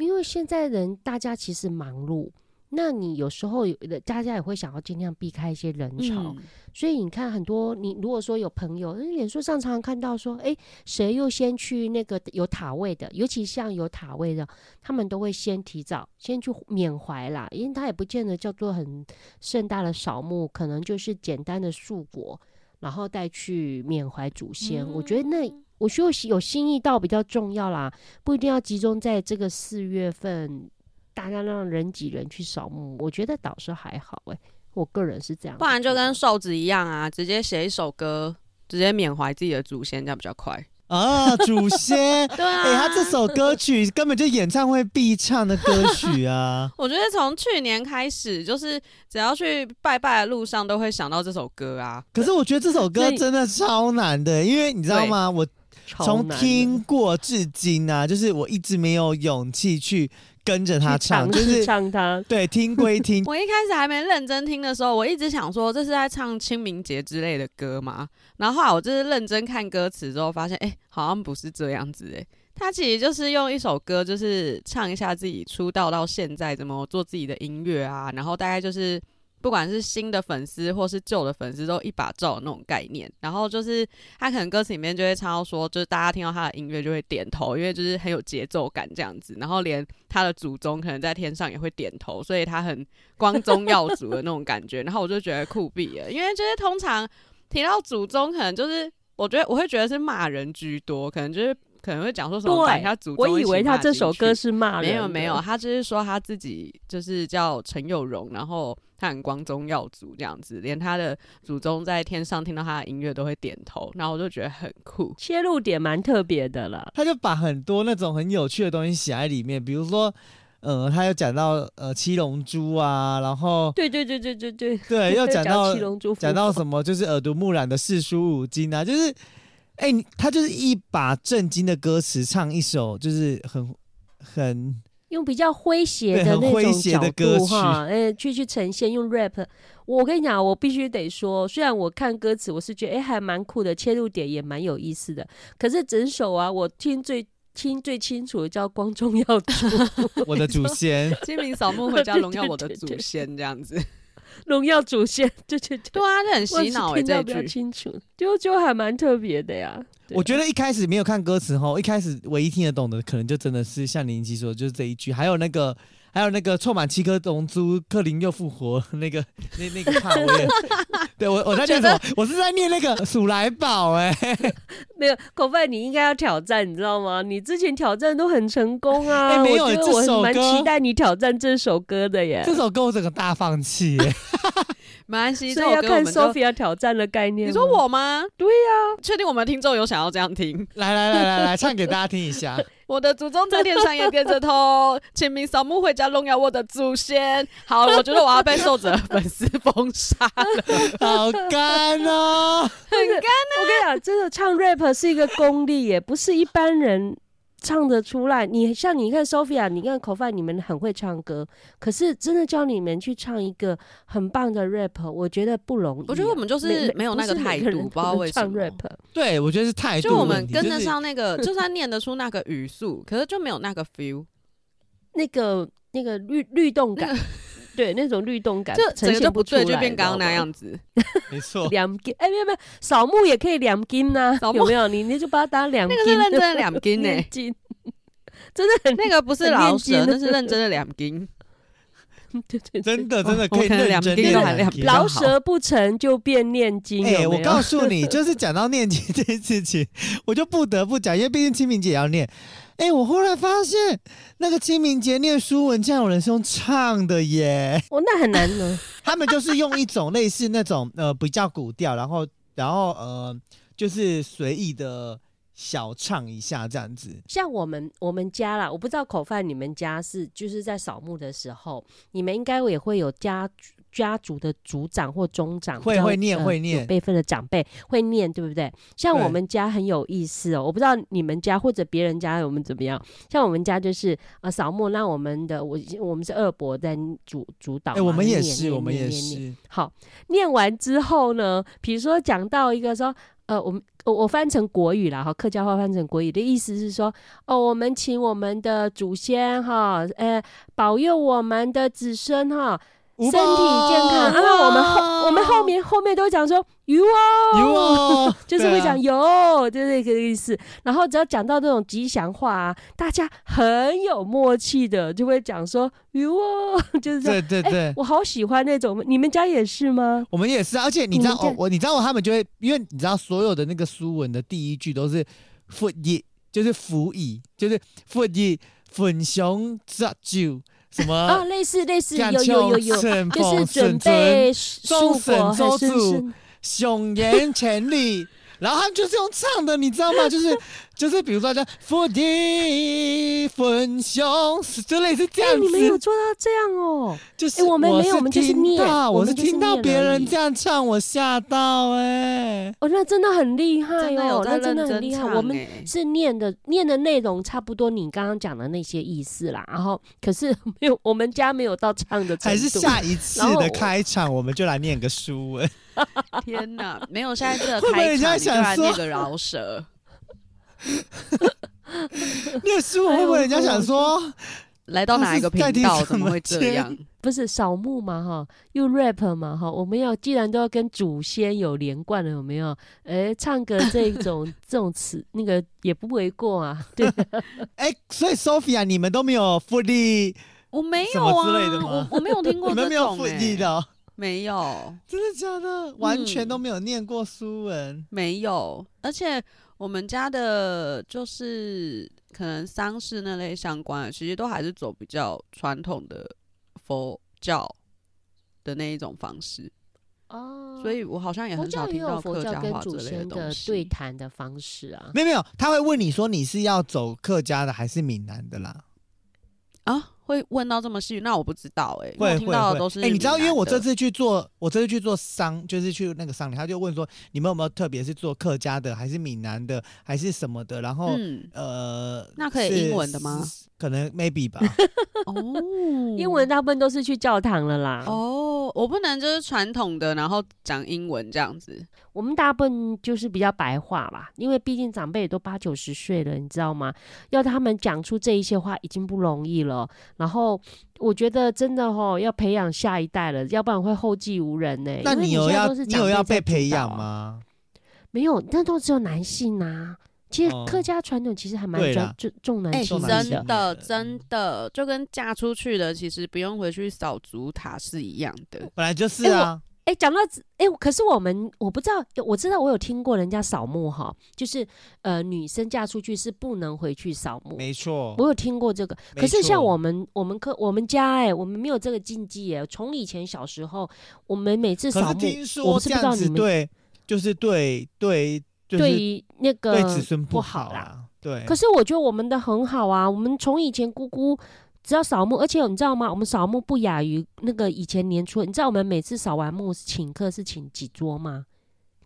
[SPEAKER 3] 因为现在人大家其实忙碌，那你有时候有的大家也会想要尽量避开一些人潮，
[SPEAKER 2] 嗯
[SPEAKER 3] 所以你看很多你如果说有朋友，因为脸书上常常看到说，哎，谁又先去那个有塔位的，尤其像有塔位的，他们都会先提早先去缅怀啦，因为他也不见得叫做很盛大的扫墓，可能就是简单的素果，然后带去缅怀祖先。我觉得那
[SPEAKER 2] 嗯
[SPEAKER 3] 我觉得有心意到比较重要啦，不一定要集中在这个四月份，大家让人挤人去扫墓，我觉得倒是还好哎、我个人是这样觉
[SPEAKER 2] 不
[SPEAKER 3] 得，
[SPEAKER 2] 然就跟瘦子一样啊，直接写一首歌，直接缅怀自己的祖先，这样比较快。
[SPEAKER 1] 啊，祖 先。
[SPEAKER 2] 对啊，！
[SPEAKER 1] 哎、他这首歌曲根本就演唱会必唱的歌曲啊
[SPEAKER 2] 我觉得从去年开始，就是只要去拜拜的路上，都会想到这首歌啊。，
[SPEAKER 1] 可是我觉得这首歌
[SPEAKER 3] 那你
[SPEAKER 1] 真的超难的，因为你知道吗？我
[SPEAKER 3] 超
[SPEAKER 1] 从
[SPEAKER 3] 难的
[SPEAKER 1] 听过至今啊，就是我一直没有勇气去跟着他
[SPEAKER 3] 去
[SPEAKER 1] 唱，
[SPEAKER 3] 尝
[SPEAKER 1] 就
[SPEAKER 3] 试
[SPEAKER 1] 是
[SPEAKER 3] 唱它，
[SPEAKER 1] 对听归听
[SPEAKER 2] 我一开始还没认真听的时候，我一直想说这是在唱清明节之类的歌嘛。然后后来我就是认真看歌词之后，发现哎、诶好像不是这样子哎、诶他其实就是用一首歌，就是唱一下自己出道到现在怎么做自己的音乐啊，然后大概就是不管是新的粉丝或是旧的粉丝都一把照的那种概念。然后就是他可能歌词里面就会唱到说，就是大家听到他的音乐就会点头，因为就是很有节奏感这样子。然后连他的祖宗可能在天上也会点头，所以他很光宗耀祖的那种感觉。然后我就觉得酷毙了，因为就是通常提到祖宗，可能就是我觉得我会觉得是骂人居多，可能就是可能会讲说什么
[SPEAKER 3] 对
[SPEAKER 2] 把人家祖宗
[SPEAKER 3] 我
[SPEAKER 2] 一起骂进
[SPEAKER 3] 以
[SPEAKER 2] 去。
[SPEAKER 3] 为他这首歌是骂人
[SPEAKER 2] 没
[SPEAKER 3] 的，
[SPEAKER 2] 有没有，他就是说他自己就是叫陈友荣，然后他很光宗耀祖这样子，连他的祖宗在天上听到他的音乐都会点头，然后我就觉得很酷。
[SPEAKER 3] 切入点蛮特别的啦。
[SPEAKER 1] 他就把很多那种很有趣的东西写在里面，比如说，呃，他又讲到呃七龙珠啊，然后
[SPEAKER 3] 对对对对对 对，
[SPEAKER 1] 对，又讲到
[SPEAKER 3] 七龙珠符号，
[SPEAKER 1] 讲到什么就是耳濡目染的四书五经啊，就是，哎、你他就是一把正经的歌词唱一首，就是很很
[SPEAKER 3] 用比较诙谐
[SPEAKER 1] 对
[SPEAKER 3] 的
[SPEAKER 1] 很
[SPEAKER 3] 那
[SPEAKER 1] 诙
[SPEAKER 3] 种
[SPEAKER 1] 谐
[SPEAKER 3] 角
[SPEAKER 1] 的歌，
[SPEAKER 3] 度哈，哎、去去呈现用 rap。我跟你讲，我必须得说，虽然我看歌词，我是觉得哎、还蛮酷的，切入点也蛮有意思的。可是整首啊，我听最听最清楚的叫《光 宗耀祖》
[SPEAKER 1] 我的祖先，
[SPEAKER 2] 清明扫墓回家，
[SPEAKER 3] 对对
[SPEAKER 2] 荣耀我的
[SPEAKER 3] 对
[SPEAKER 2] 祖
[SPEAKER 3] 对
[SPEAKER 2] 先这样子。
[SPEAKER 3] 荣耀祖先，对对对，
[SPEAKER 2] 对啊，这很
[SPEAKER 3] 我
[SPEAKER 2] 洗
[SPEAKER 3] 是
[SPEAKER 2] 脑诶、
[SPEAKER 3] 听
[SPEAKER 2] 这
[SPEAKER 3] 到
[SPEAKER 2] 一
[SPEAKER 3] 比较
[SPEAKER 2] 句。
[SPEAKER 3] 清楚，就就还蛮特别的呀。对
[SPEAKER 1] 我觉得一开始没有看歌词吼，一开始唯一听得懂的，可能就真的是像林奇说，就是这一句，还有那个，还有那个凑满七颗龙珠，克林又复活那个那那个帕威尔，对我我在念什么？我是在念那个鼠来宝哎、
[SPEAKER 3] 啊没有，口饭你应该要挑战，你知道吗？你之前挑战都很成功啊，
[SPEAKER 1] 哎没有
[SPEAKER 3] 我觉得
[SPEAKER 1] 这
[SPEAKER 3] 我
[SPEAKER 1] 首
[SPEAKER 3] 蛮
[SPEAKER 1] 歌
[SPEAKER 3] 期待你挑战这首歌的耶。
[SPEAKER 1] 这首歌我整个大放弃、哎
[SPEAKER 2] 没关系，这
[SPEAKER 3] 所
[SPEAKER 2] 首
[SPEAKER 3] 以要
[SPEAKER 2] 歌我
[SPEAKER 3] 看
[SPEAKER 2] 们就
[SPEAKER 3] Sophia 挑战的概念吗。
[SPEAKER 2] 你说我吗？
[SPEAKER 3] 对
[SPEAKER 2] 呀、确定我们听众有想要这样听？
[SPEAKER 1] 来来来来来，唱给大家听一下。
[SPEAKER 2] 我的祖宗在天上也点着头，清明扫墓回家，荣耀我的祖先。好，我觉得我要被受者粉丝 封杀了，
[SPEAKER 1] 好干哦！
[SPEAKER 2] 很干。
[SPEAKER 3] 啊我跟你讲，真的唱 rap 是一个功力耶，不是一般人唱得出来。你像你看 Sophia，你看口饭，你们很会唱歌，可是真的叫你们去唱一个很棒的 rap，我觉得不容易啊。
[SPEAKER 2] 我觉得我们就是
[SPEAKER 3] 每
[SPEAKER 2] 没有那
[SPEAKER 3] 不是
[SPEAKER 2] 个
[SPEAKER 3] 每
[SPEAKER 2] 态
[SPEAKER 3] 人
[SPEAKER 2] 度
[SPEAKER 3] 都
[SPEAKER 2] 不知道
[SPEAKER 3] 能
[SPEAKER 2] 为什
[SPEAKER 3] 唱
[SPEAKER 2] 么
[SPEAKER 3] rap。
[SPEAKER 1] 哎对，我觉得是态度
[SPEAKER 2] 就我
[SPEAKER 1] 问
[SPEAKER 2] 们
[SPEAKER 1] 题，
[SPEAKER 2] 跟
[SPEAKER 1] 就
[SPEAKER 2] 得
[SPEAKER 1] 是
[SPEAKER 2] 上那个，就算念得出那个语速，可是就没有那个 feel，
[SPEAKER 3] 那个那个律律 动感，对那种律动感，
[SPEAKER 2] 就整
[SPEAKER 3] 呈
[SPEAKER 2] 个
[SPEAKER 3] 现
[SPEAKER 2] 就
[SPEAKER 3] 不
[SPEAKER 2] 不
[SPEAKER 3] 出来
[SPEAKER 2] 对，就变刚刚那。样子。
[SPEAKER 1] 没错。
[SPEAKER 3] 两金哎，没有没有，扫墓也可以两金呐、
[SPEAKER 2] 扫墓
[SPEAKER 3] 有没有？你你就把它当两
[SPEAKER 2] 那
[SPEAKER 3] 金，
[SPEAKER 2] 个是认真的欸两斤呢、
[SPEAKER 3] 念经，真的 很
[SPEAKER 2] 那个不是
[SPEAKER 3] 很
[SPEAKER 2] 老
[SPEAKER 3] 念经
[SPEAKER 2] 舍，
[SPEAKER 3] 的
[SPEAKER 2] 那是认真的两斤。
[SPEAKER 3] 对对对
[SPEAKER 1] 真的，真的
[SPEAKER 2] 哦
[SPEAKER 1] 可以
[SPEAKER 2] 我可能
[SPEAKER 1] 认真
[SPEAKER 2] 两
[SPEAKER 3] 边都
[SPEAKER 1] 念
[SPEAKER 3] 还
[SPEAKER 2] 两
[SPEAKER 1] 经
[SPEAKER 2] 比边较
[SPEAKER 3] 老
[SPEAKER 2] 好
[SPEAKER 3] 舍不成就变念经，
[SPEAKER 1] 哎、
[SPEAKER 3] 有没
[SPEAKER 1] 我
[SPEAKER 3] 有？
[SPEAKER 1] 告诉你，就是讲到念经这件事情，我就不得不讲，因为毕竟清明节也要念。哎、我忽然发现，那个清明节念书文，竟然有人是用唱的耶！
[SPEAKER 3] 哦，那很难呢。
[SPEAKER 1] 他们就是用一种类似那种呃比较古调，然后然后呃就是随意的小唱一下这样子。
[SPEAKER 3] 像我们我们家啦，我不知道口饭你们家是就是在扫墓的时候，你们应该也会有家家族的族长或中长，
[SPEAKER 1] 会
[SPEAKER 3] 比较
[SPEAKER 1] 会念
[SPEAKER 3] 呃
[SPEAKER 1] 会念
[SPEAKER 3] 有辈分的长辈会念，对不对？像
[SPEAKER 1] 对
[SPEAKER 3] 我们家很有意思哦，我不知道你们家或者别人家我们怎么样，像我们家就是呃扫墓，那我们的我我们是二伯在主主导
[SPEAKER 1] 哎、
[SPEAKER 3] 嘛，
[SPEAKER 1] 我们也
[SPEAKER 3] 念
[SPEAKER 1] 是，
[SPEAKER 3] 念
[SPEAKER 1] 我们
[SPEAKER 3] 念
[SPEAKER 1] 也
[SPEAKER 3] 念念
[SPEAKER 1] 是。
[SPEAKER 3] 好，念完之后呢，比如说讲到一个说，呃，我们我我翻成国语啦，哈，客家话翻成国语的意思是说，哦，我们请我们的祖先哈，呃，保佑我们的子孙哈，身体健康。然后我们后我们后面后面都讲说，哟哦，
[SPEAKER 1] 有 哦，
[SPEAKER 3] 就是会讲
[SPEAKER 1] 对啊
[SPEAKER 3] 有，就是这个意思。然后只要讲到这种吉祥话啊，大家很有默契的就会讲说哟哦，就是这样。
[SPEAKER 1] 对对
[SPEAKER 3] 哎
[SPEAKER 1] 对。
[SPEAKER 3] 我好喜欢那种，你们家也是吗？
[SPEAKER 1] 我们也是啊，而且你知道，
[SPEAKER 3] 你们
[SPEAKER 1] 哦、我你知道，他们就会，因为你知道，所有的那个苏文的第一句都是“佛以”，就是“福以”，就是“佛以粉熊杂酒”什
[SPEAKER 3] 啊，
[SPEAKER 1] 么，
[SPEAKER 3] 类似类似，有
[SPEAKER 1] 干
[SPEAKER 3] 有有
[SPEAKER 1] 秋
[SPEAKER 3] 有，
[SPEAKER 1] 成
[SPEAKER 3] 就是
[SPEAKER 1] 凤
[SPEAKER 3] 准
[SPEAKER 1] 顺
[SPEAKER 3] 备
[SPEAKER 1] 尊
[SPEAKER 3] 蔬
[SPEAKER 1] 丰盛
[SPEAKER 3] 果还
[SPEAKER 1] 周
[SPEAKER 3] 是
[SPEAKER 1] 主，熊言千里。然后他们就是用唱的，你知道吗？就是
[SPEAKER 4] 就是比如说叫“釜底分雄”，就类似这
[SPEAKER 3] 哎，
[SPEAKER 4] 样
[SPEAKER 3] 你们有
[SPEAKER 4] 子。
[SPEAKER 3] 做到这样哦？
[SPEAKER 4] 就是
[SPEAKER 3] 哎我们没有
[SPEAKER 4] 是
[SPEAKER 3] 我们就是
[SPEAKER 4] 听
[SPEAKER 3] 念
[SPEAKER 4] 到
[SPEAKER 3] 我
[SPEAKER 4] 我
[SPEAKER 3] 们
[SPEAKER 4] 是
[SPEAKER 3] 就是
[SPEAKER 4] 听到
[SPEAKER 3] 念
[SPEAKER 4] 别
[SPEAKER 3] 而
[SPEAKER 4] 人
[SPEAKER 3] 已
[SPEAKER 4] 这样唱，我吓到哎。
[SPEAKER 3] 哦，那真的很厉害
[SPEAKER 2] 真的有
[SPEAKER 3] 哦，
[SPEAKER 2] 在
[SPEAKER 3] 那真欸
[SPEAKER 2] 认
[SPEAKER 3] 的很
[SPEAKER 2] 真
[SPEAKER 3] 厉害。
[SPEAKER 2] 唱
[SPEAKER 3] 我们
[SPEAKER 2] 哎
[SPEAKER 3] 是念的念的内容差不多，你刚刚讲的那些意思啦。然后可是没有， 我们家没有到唱的程
[SPEAKER 1] 还
[SPEAKER 3] 度。
[SPEAKER 1] 是下一次
[SPEAKER 3] 然后
[SPEAKER 1] 的
[SPEAKER 3] 我
[SPEAKER 1] 开场，我们就来念个书 文。
[SPEAKER 2] 天哪，没有下一次的
[SPEAKER 1] 会不会
[SPEAKER 2] 开
[SPEAKER 1] 人家
[SPEAKER 2] 场，你就
[SPEAKER 1] 想
[SPEAKER 2] 来
[SPEAKER 1] 说
[SPEAKER 2] 那个饶舌，
[SPEAKER 1] 念书文会不会人家想
[SPEAKER 3] 哎
[SPEAKER 1] 说，
[SPEAKER 2] 来到哪一个频
[SPEAKER 1] 他是在
[SPEAKER 2] 道
[SPEAKER 1] 听
[SPEAKER 2] 怎么会这
[SPEAKER 1] 什么
[SPEAKER 2] 样？
[SPEAKER 3] 不是扫墓嘛哈，又 rap 嘛哈，我们要既然都要跟祖先有连贯了，有没有？哎，唱个这 种这种词，那个也不为过啊。 对，
[SPEAKER 1] 哎，所以 Sophia 你们都没有复利，
[SPEAKER 2] 我没
[SPEAKER 1] 什
[SPEAKER 2] 有
[SPEAKER 1] 么
[SPEAKER 2] 啊，
[SPEAKER 1] 之类的吗
[SPEAKER 2] 我我没 有听过
[SPEAKER 1] 你
[SPEAKER 2] 这
[SPEAKER 1] 们
[SPEAKER 2] 种、欸
[SPEAKER 1] 没有复
[SPEAKER 3] 哎
[SPEAKER 1] 利的哦，
[SPEAKER 2] 没有，
[SPEAKER 1] 真的假的？完全都没有念过书文。
[SPEAKER 3] 嗯
[SPEAKER 2] 没有，而且我们家的就是可能丧事那类相关的，其实都还是走比较传统的佛教的那一种方式，
[SPEAKER 3] 哦
[SPEAKER 2] 所以我好像也
[SPEAKER 3] 佛
[SPEAKER 2] 很少
[SPEAKER 3] 教也
[SPEAKER 2] 听到
[SPEAKER 3] 有
[SPEAKER 2] 客
[SPEAKER 3] 佛教
[SPEAKER 2] 家
[SPEAKER 3] 跟
[SPEAKER 2] 话之
[SPEAKER 3] 祖
[SPEAKER 2] 类
[SPEAKER 3] 先
[SPEAKER 2] 东
[SPEAKER 3] 的
[SPEAKER 2] 西。
[SPEAKER 3] 对谈的方式啊。，
[SPEAKER 1] 没有没有，他会问你说你是要走客家的还是闽南的啦？
[SPEAKER 2] 啊，会问到这么细，那我不知道哎、欸，因为
[SPEAKER 1] 会会
[SPEAKER 2] 我听到
[SPEAKER 1] 会
[SPEAKER 2] 的都是
[SPEAKER 1] 哎、你知道，
[SPEAKER 2] 闽
[SPEAKER 1] 因为我
[SPEAKER 2] 南的
[SPEAKER 1] 这次去做，我这次去做丧，就是去那个丧礼，他就问说你们有没有特别是做客家的，还是闽南的，还是什么的？然后、
[SPEAKER 2] 嗯
[SPEAKER 1] 呃，
[SPEAKER 2] 那可以
[SPEAKER 1] 是
[SPEAKER 2] 英文的吗？
[SPEAKER 1] 是可能 maybe 吧。
[SPEAKER 2] 哦
[SPEAKER 3] 英文大部分都是去教堂了啦。
[SPEAKER 2] 哦，我不能就是传统的，然后讲英文这样子。
[SPEAKER 3] 我们大部分就是比较白话吧，因为毕竟长辈也都八九十岁了，你知道吗？要他们讲出这一些话已经不容易了。然后我觉得真的哦，要培养下一代了，要不然会后继无人呢、
[SPEAKER 1] 那
[SPEAKER 3] 因为
[SPEAKER 1] 你
[SPEAKER 3] 你
[SPEAKER 1] 有
[SPEAKER 3] 现在
[SPEAKER 1] 要
[SPEAKER 3] 都是
[SPEAKER 1] 你
[SPEAKER 3] 长
[SPEAKER 1] 有
[SPEAKER 3] 辈
[SPEAKER 1] 要被
[SPEAKER 3] 在主
[SPEAKER 1] 培
[SPEAKER 3] 导
[SPEAKER 1] 养
[SPEAKER 3] 啊？
[SPEAKER 1] 吗？
[SPEAKER 3] 没有，那都只有男性呐、其实
[SPEAKER 1] 哦
[SPEAKER 3] 客家传统其实还蛮
[SPEAKER 1] 对
[SPEAKER 3] 专
[SPEAKER 1] 啦
[SPEAKER 3] 重重男
[SPEAKER 2] 哎、
[SPEAKER 3] 轻
[SPEAKER 1] 重
[SPEAKER 3] 女
[SPEAKER 1] 男
[SPEAKER 3] 的
[SPEAKER 1] 轻
[SPEAKER 2] 真
[SPEAKER 1] 女的
[SPEAKER 2] 的真的，就跟嫁出去的其实不用回去扫竹塔是一样的。
[SPEAKER 1] 本来就是
[SPEAKER 3] 哎我
[SPEAKER 1] 啊，
[SPEAKER 3] 哎，讲到这哎，可是我们我不知道，我知道我有听过人家扫墓哈，就是呃，女生嫁出去是不能回去扫墓。
[SPEAKER 1] 没错。
[SPEAKER 3] 我有听过这个，
[SPEAKER 1] 没
[SPEAKER 3] 可是像
[SPEAKER 1] 错
[SPEAKER 3] 我们我们科我们家哎、我们没有这个禁忌哎、从以前小时候，我们每次
[SPEAKER 1] 可
[SPEAKER 3] 扫
[SPEAKER 1] 是
[SPEAKER 3] 墓，
[SPEAKER 1] 听
[SPEAKER 3] 我
[SPEAKER 1] 说
[SPEAKER 3] 不是
[SPEAKER 1] 这
[SPEAKER 3] 不知道
[SPEAKER 1] 样
[SPEAKER 3] 你
[SPEAKER 1] 子
[SPEAKER 3] 们
[SPEAKER 1] 对，就是对对，就是
[SPEAKER 3] 对于那个
[SPEAKER 1] 对子孙
[SPEAKER 3] 不
[SPEAKER 1] 好
[SPEAKER 3] 好啦。
[SPEAKER 1] 啦。对，
[SPEAKER 3] 可是我觉得我们的很好啊，我们从以前姑姑只要扫墓，而且你知道吗？我们扫墓不亚于那个以前年初，你知道我们每次扫完墓请客是请几桌吗？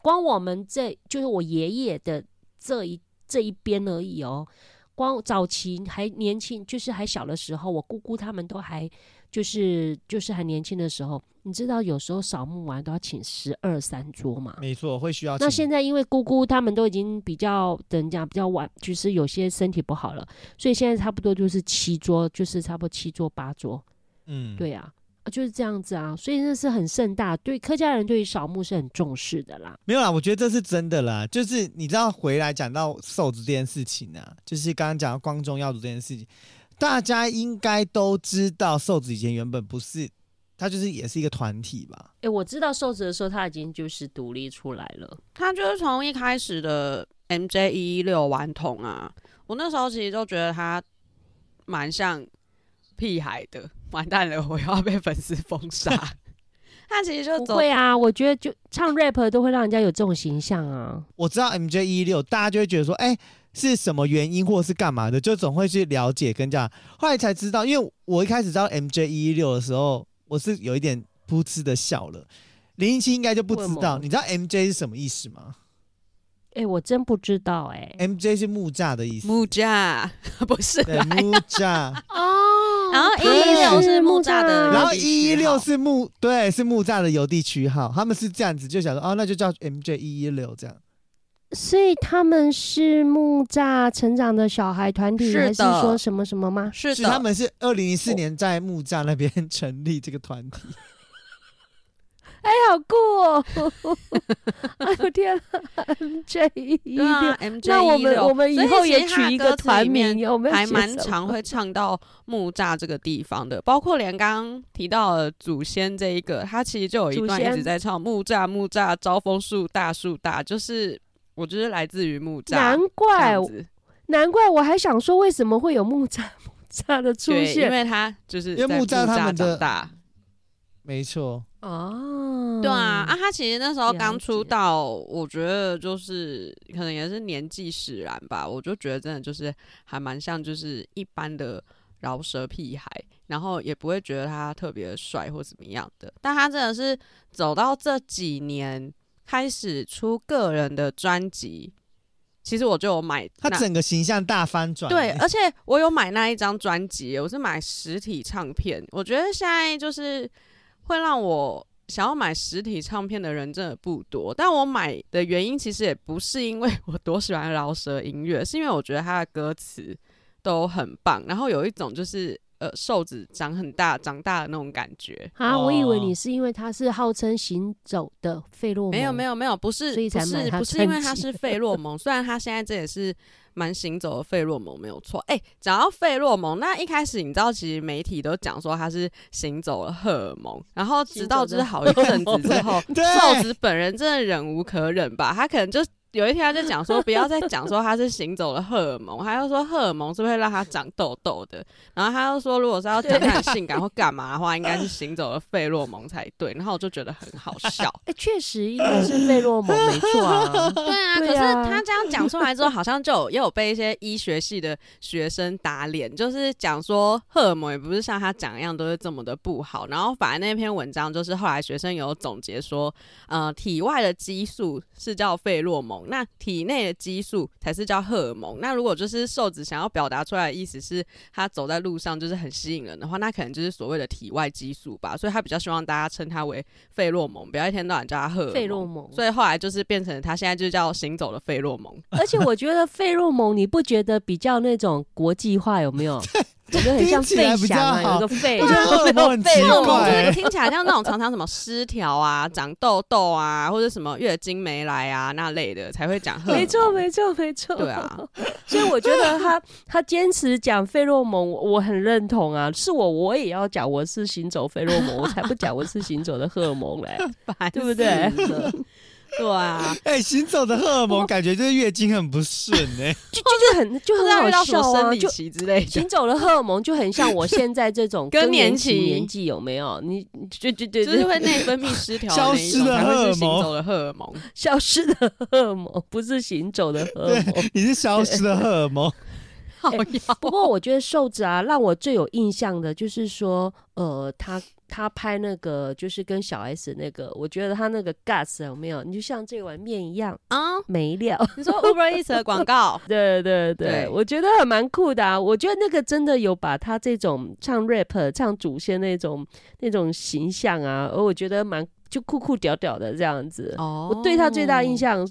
[SPEAKER 3] 光我们这就是我爷爷的这一这一边而已哦。光早期还年轻，就是还小的时候，我姑姑他们都还就是就是还年轻的时候，你知道有时候扫墓完都要请十二三桌吗？
[SPEAKER 1] 没错，会需要
[SPEAKER 3] 那
[SPEAKER 1] 啊请
[SPEAKER 3] 现在因为姑姑他们都已经比较等讲比较晚，就是有些身体不好了，所以现在差不多就是七桌，就是差不多七桌八桌，
[SPEAKER 1] 嗯，
[SPEAKER 3] 对啊，啊就是这样子啊，所以那是很盛大，对客家人对于扫墓是很重视的啦。
[SPEAKER 1] 没有啦，我觉得这是真的啦。就是你知道，回来讲到瘦子这件事情啊，就是刚刚讲到光宗耀祖这件事情，大家应该都知道，瘦子以前原本不是，他就是也是一个团体吧。
[SPEAKER 3] 诶，我知道寿子的时候他已经就是独立出来了，
[SPEAKER 2] 他就是从一开始的 MJ 一一六顽童啊，我那时候其实就觉得他蛮像屁孩的。完蛋了，我又要被粉丝封杀。 他其实就
[SPEAKER 3] 不
[SPEAKER 2] 走
[SPEAKER 3] 会啊，我觉得就唱 rap 都会让人家有这种形象啊。
[SPEAKER 1] 我知道 MJ 一六，大家就会觉得说，哎、是什么原因或是干嘛的，就总会去了解跟讲。后来才知道，因为我一开始知道 MJ 一六的时候，我是有一点噗嗤的笑了。林一七应该就不
[SPEAKER 3] 为
[SPEAKER 1] 知
[SPEAKER 3] 什么
[SPEAKER 1] 道，你知道 MJ 是什么意思吗
[SPEAKER 3] 诶，我真不知道诶。
[SPEAKER 1] ？MJ 是木栅的意思。
[SPEAKER 2] 木架，不是啊
[SPEAKER 1] 对
[SPEAKER 2] 啦，
[SPEAKER 1] 木栅，
[SPEAKER 3] 哦
[SPEAKER 2] 然后
[SPEAKER 1] 116
[SPEAKER 2] 是木栅的
[SPEAKER 1] 然后
[SPEAKER 2] 邮递
[SPEAKER 1] 一一
[SPEAKER 2] 区
[SPEAKER 1] 六
[SPEAKER 2] 号
[SPEAKER 1] 是木对是木栅的邮递区号，他们是这样子就想说哦，那就叫 MJ 一一六这样。
[SPEAKER 3] 所以他们是木栅成长的小孩团体，
[SPEAKER 2] 是的
[SPEAKER 3] 还是说什么什么吗？
[SPEAKER 2] 是
[SPEAKER 1] 是
[SPEAKER 2] 的，
[SPEAKER 1] 他们是二零零四年在木栅那边 成立这个团体，
[SPEAKER 3] 哎，好酷哦！哎呦天啊，MJ 一
[SPEAKER 2] 对啊
[SPEAKER 3] 六，
[SPEAKER 2] ，MJ
[SPEAKER 3] 那我们
[SPEAKER 2] 16
[SPEAKER 3] 我们以
[SPEAKER 2] 所
[SPEAKER 3] 后
[SPEAKER 2] 其
[SPEAKER 3] 也
[SPEAKER 2] 实他
[SPEAKER 3] 取一
[SPEAKER 2] 歌
[SPEAKER 3] 个
[SPEAKER 2] 词
[SPEAKER 3] 团
[SPEAKER 2] 里面
[SPEAKER 3] 名，我们
[SPEAKER 2] 还蛮常会唱到木栅这个地方的，包括连刚刚提到的祖先这一个，他其实就有一
[SPEAKER 3] 祖
[SPEAKER 2] 段
[SPEAKER 3] 先
[SPEAKER 2] 一直在唱木栅木栅招风树大树大，就是我就是来自于木栅，
[SPEAKER 3] 难
[SPEAKER 2] 啊这
[SPEAKER 3] 怪
[SPEAKER 2] 样子
[SPEAKER 3] 难怪，我还想说为什么会有木栅木栅的出
[SPEAKER 2] 对，因
[SPEAKER 3] 现？
[SPEAKER 2] 为他就是
[SPEAKER 1] 因为
[SPEAKER 2] 在
[SPEAKER 1] 木
[SPEAKER 2] 木
[SPEAKER 1] 栅他们的
[SPEAKER 2] 长大，
[SPEAKER 1] 没错。
[SPEAKER 3] 哦，
[SPEAKER 2] 对啊，啊，，他其实那时候
[SPEAKER 3] 了
[SPEAKER 2] 刚出
[SPEAKER 3] 解
[SPEAKER 2] 道，我觉得就是可能也是年纪使然吧，我就觉得真的就是还蛮像就是一般的饶舌屁孩，然后也不会觉得他特别帅或怎么样的。但他真的是走到这几年开始出个人的专辑，其实我就有买
[SPEAKER 1] 他
[SPEAKER 2] 那
[SPEAKER 1] 整个形象大翻转、
[SPEAKER 2] 对，
[SPEAKER 1] 欸
[SPEAKER 2] 而且我有买那一张专辑，我是买实体唱片。我觉得现在就是会让我想要买实体唱片的人真的不多，但我买的原因其实也不是因为我多喜欢饶舌音乐，是因为我觉得他的歌词都很棒，然后有一种就是呃瘦子长很大长大的那种感觉。
[SPEAKER 3] 啊，我以为
[SPEAKER 1] 哦
[SPEAKER 3] 你是因为他是号称行走的费洛蒙，
[SPEAKER 2] 没有没有没有，不是
[SPEAKER 3] 所以
[SPEAKER 2] 不
[SPEAKER 3] 才买
[SPEAKER 2] 是
[SPEAKER 3] 他
[SPEAKER 2] 不是因为
[SPEAKER 3] 专
[SPEAKER 2] 他
[SPEAKER 3] 辑
[SPEAKER 2] 是费洛蒙，虽然他现在这也是蛮行走的费洛蒙，没有错。哎、讲到费洛蒙，那一开始你知道，其实媒体都讲说他是行走了荷尔蒙，然后直
[SPEAKER 3] 行
[SPEAKER 2] 到就
[SPEAKER 3] 走
[SPEAKER 2] 是
[SPEAKER 3] 的
[SPEAKER 2] 好
[SPEAKER 3] 荷
[SPEAKER 2] 一
[SPEAKER 3] 尔
[SPEAKER 2] 阵子
[SPEAKER 3] 蒙
[SPEAKER 2] 之 后，
[SPEAKER 1] 对
[SPEAKER 2] 瘦子本人真的忍无可忍吧，他可能就。有一天他就讲说，不要再讲说他是行走了荷尔蒙，他又说荷尔蒙是会让他长痘痘的，然后他又说，如果是要讲他很性感或干嘛的话，应该是行走了费洛蒙才对，然后我就觉得很好笑。
[SPEAKER 3] 哎，确实应该是费洛蒙，没 错啊。
[SPEAKER 2] 对啊，
[SPEAKER 3] 对
[SPEAKER 2] 可
[SPEAKER 3] 啊
[SPEAKER 2] 是他这样讲出来之后，好像就有也有被一些医学系的学生打脸，就是讲说荷尔蒙也不是像他讲一样都是这么的不好。然后反而那篇文章就是后来学生有总结说，呃，体外的激素是叫费洛蒙，那体内的激素才是叫荷尔蒙。那如果就是瘦子想要表达出来的意思是他走在路上就是很吸引人的话，那可能就是所谓的体外激素吧。所以他比较希望大家称他为费洛蒙，不要一天到晚叫他荷尔蒙。
[SPEAKER 3] 费洛蒙，
[SPEAKER 2] 所以后来就是变成他现在就叫行走的费洛蒙。
[SPEAKER 3] 而且我觉得费洛蒙，你不觉得比较那种国际化有没有？有没有很像
[SPEAKER 1] 听起来
[SPEAKER 3] 费
[SPEAKER 1] 比较
[SPEAKER 3] 翔啊？有
[SPEAKER 1] 好
[SPEAKER 3] 一个费，
[SPEAKER 1] 我觉得荷尔蒙很奇
[SPEAKER 2] 费洛蒙
[SPEAKER 1] 怪、
[SPEAKER 2] 就
[SPEAKER 1] 欸，
[SPEAKER 2] 是 听起来像那种常常什么失调啊、长痘痘啊，或者什么月经没来啊那类的才会讲荷尔蒙。
[SPEAKER 3] 没错，没错，没错。
[SPEAKER 2] 对啊，
[SPEAKER 3] 所以我觉得他他坚持讲费洛蒙，我我很认同啊。是我，我也要讲我是行走费洛蒙，我才不讲我是行走的荷尔蒙嘞，
[SPEAKER 2] 烦
[SPEAKER 3] 对不对
[SPEAKER 2] 死了？ 对啊，
[SPEAKER 1] 哎、行走的荷尔蒙感觉就是月经很不顺哎、
[SPEAKER 3] 就就是很就
[SPEAKER 2] 不知
[SPEAKER 3] 很
[SPEAKER 2] 道
[SPEAKER 3] 好
[SPEAKER 2] 遇到什
[SPEAKER 3] 笑
[SPEAKER 2] 么生
[SPEAKER 3] 啊，
[SPEAKER 2] 理
[SPEAKER 3] 就。
[SPEAKER 2] 期之类的
[SPEAKER 3] 行。走的荷尔蒙就很像我现在这种
[SPEAKER 2] 更
[SPEAKER 3] 更年
[SPEAKER 2] 年
[SPEAKER 3] 期
[SPEAKER 2] 期
[SPEAKER 3] 年纪有没有？你你就就就
[SPEAKER 2] 就是会内分泌失调的那
[SPEAKER 1] 消
[SPEAKER 2] 一种，
[SPEAKER 1] 失的
[SPEAKER 2] 才
[SPEAKER 1] 荷
[SPEAKER 2] 会是
[SPEAKER 1] 尔蒙
[SPEAKER 2] 行走的荷尔蒙。
[SPEAKER 3] 消失的荷尔蒙，不是行走的荷尔蒙。
[SPEAKER 1] 你是消失的荷尔蒙，
[SPEAKER 2] 好
[SPEAKER 3] 哎
[SPEAKER 2] 呀，
[SPEAKER 3] 不过我觉得瘦子啊，让我最有印象的就是说，呃，他他拍那个就是跟小 S 那个，我觉得他那个 guts 有没有？你就像这碗面一样
[SPEAKER 2] 啊，
[SPEAKER 3] 没料。
[SPEAKER 2] 你说 Uber Eats 的广告，
[SPEAKER 3] 对对对，
[SPEAKER 2] 对
[SPEAKER 3] 我觉得还蛮酷的啊。我觉得那个真的有把他这种唱 rap、唱主线那种那种形象啊，而我觉得蛮就酷酷屌屌的这样子。
[SPEAKER 2] 哦
[SPEAKER 3] 我对他最大印象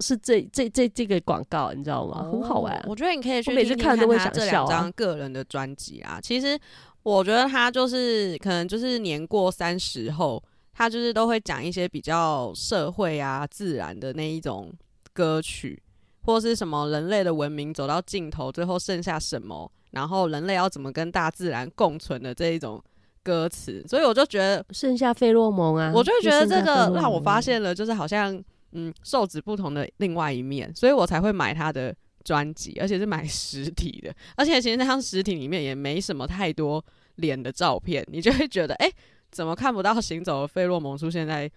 [SPEAKER 3] 是这这这这个广告，你知道吗？很好玩啊。
[SPEAKER 2] 哦我觉得你可以去
[SPEAKER 3] 我每次
[SPEAKER 2] 听听
[SPEAKER 3] 看都会
[SPEAKER 2] 他
[SPEAKER 3] 想
[SPEAKER 2] 这两
[SPEAKER 3] 笑啊
[SPEAKER 2] 张个人的专辑啊。其实我觉得他就是可能就是年过三十后，他就是都会讲一些比较社会啊、自然的那一种歌曲，或是什么人类的文明走到尽头，最后剩下什么，然后人类要怎么跟大自然共存的这一种歌词。所以我就觉得
[SPEAKER 3] 剩下费洛蒙啊，
[SPEAKER 2] 我就觉得
[SPEAKER 3] 剩下
[SPEAKER 2] 这个
[SPEAKER 3] 费洛
[SPEAKER 2] 让我
[SPEAKER 3] 蒙啊
[SPEAKER 2] 发现了，就是好像嗯，瘦子不同的另外一面，所以我才会买他的专辑，而且是买实体的，而且其实那张实体里面也没什么太多脸的照片，你就会觉得哎、诶怎么看不到行走的费洛蒙出现在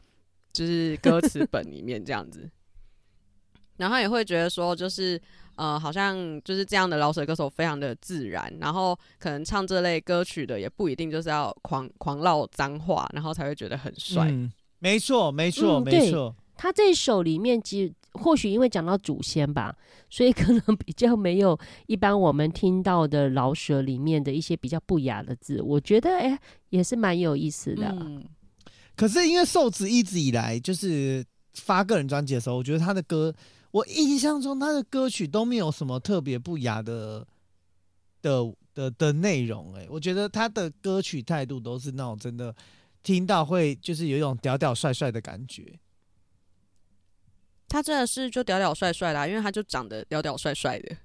[SPEAKER 2] 就是歌词本里面这样子，然后也会觉得说就是。呃，好像就是这样的饶舌歌手非常的自然，然后可能唱这类歌曲的也不一定就是要狂狂唠脏话，然后才会觉得很 帅。
[SPEAKER 1] 嗯，没错，没错，
[SPEAKER 3] 嗯对
[SPEAKER 1] 没错，
[SPEAKER 3] 他这一首里面，其实或许因为讲到祖先吧，所以可能比较没有一般我们听到的老舍里面的一些比较不雅的字。我觉得哎、也是蛮有意思的。
[SPEAKER 2] 嗯，
[SPEAKER 1] 可是因为瘦子一直以来就是发个人专辑的时候，我觉得他的歌，我印象中他的歌曲都没有什么特别不雅的的的的内容、欸。哎，我觉得他的歌曲态度都是那种真的听到会就是有一种屌屌帅帅的感觉。
[SPEAKER 2] 他真的是就屌屌帅帅啦、因为他就长得屌屌帅帅的。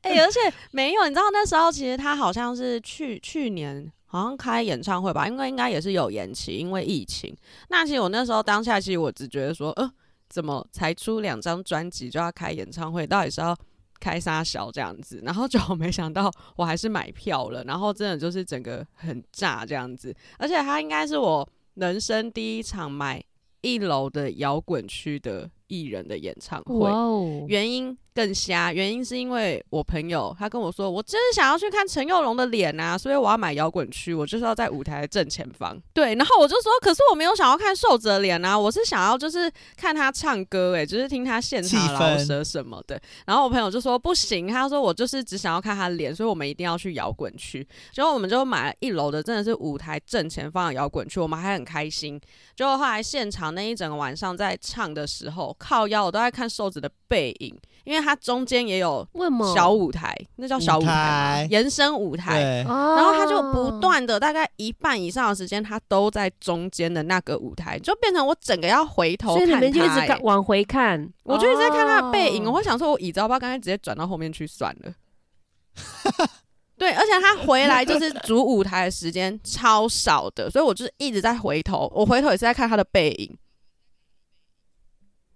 [SPEAKER 2] 哎、而且没有，你知道那时候其实他好像是去去年好像开演唱会吧，因为应该也是有延期，因为疫情。那其实我那时候当下，其实我只觉得说，呃，怎么才出两张专辑就要开演唱会，到底是要开沙小这样子，然后就没想到我还是买票了，然后真的就是整个很炸这样子，而且他应该是我人生第一场买一楼的摇滚区的艺人的演唱会
[SPEAKER 3] 哇，哦，
[SPEAKER 2] 原因更瞎，原因是因为我朋友他跟我说，我真的想要去看陈佑龙的脸啊，所以我要买摇滚区，我就是要在舞台的正前方。对，然后我就说，可是我没有想要看受者脸啊，我是想要就是看他唱歌、欸，哎，就是听他现
[SPEAKER 1] 气
[SPEAKER 2] 场
[SPEAKER 1] 氛
[SPEAKER 2] 饶舌什么的。然后我朋友就说不行，他说我就是只想要看他脸，所以我们一定要去摇滚区。结果我们就买了一楼的，真的是舞台正前方的摇滚区，我们还很开心。结果后来现场那一整个晚上在唱的时候，靠腰我都在看瘦子的背影，因为他中间也有
[SPEAKER 3] 为什么？
[SPEAKER 2] 小舞台，那叫小舞台吗
[SPEAKER 1] 舞台
[SPEAKER 2] 延伸舞台。嗯
[SPEAKER 1] 对，
[SPEAKER 3] 哦，
[SPEAKER 2] 然
[SPEAKER 3] 然
[SPEAKER 2] 后他就不断的，大概一半以上的时间，他都在中间的那个舞台，就变成我整个要回头
[SPEAKER 3] 所以
[SPEAKER 2] 看
[SPEAKER 3] 你
[SPEAKER 2] 他、
[SPEAKER 3] 们就一直
[SPEAKER 2] 欸
[SPEAKER 3] 看往回看，
[SPEAKER 2] 我就一直在看他的背影，
[SPEAKER 3] 哦
[SPEAKER 2] 我会想说，我椅子要不要干脆直接转到后面去算了。对，而且他回来就是主舞台的时间超少的，所以我就是一直在回头，我回头也是在看他的背影。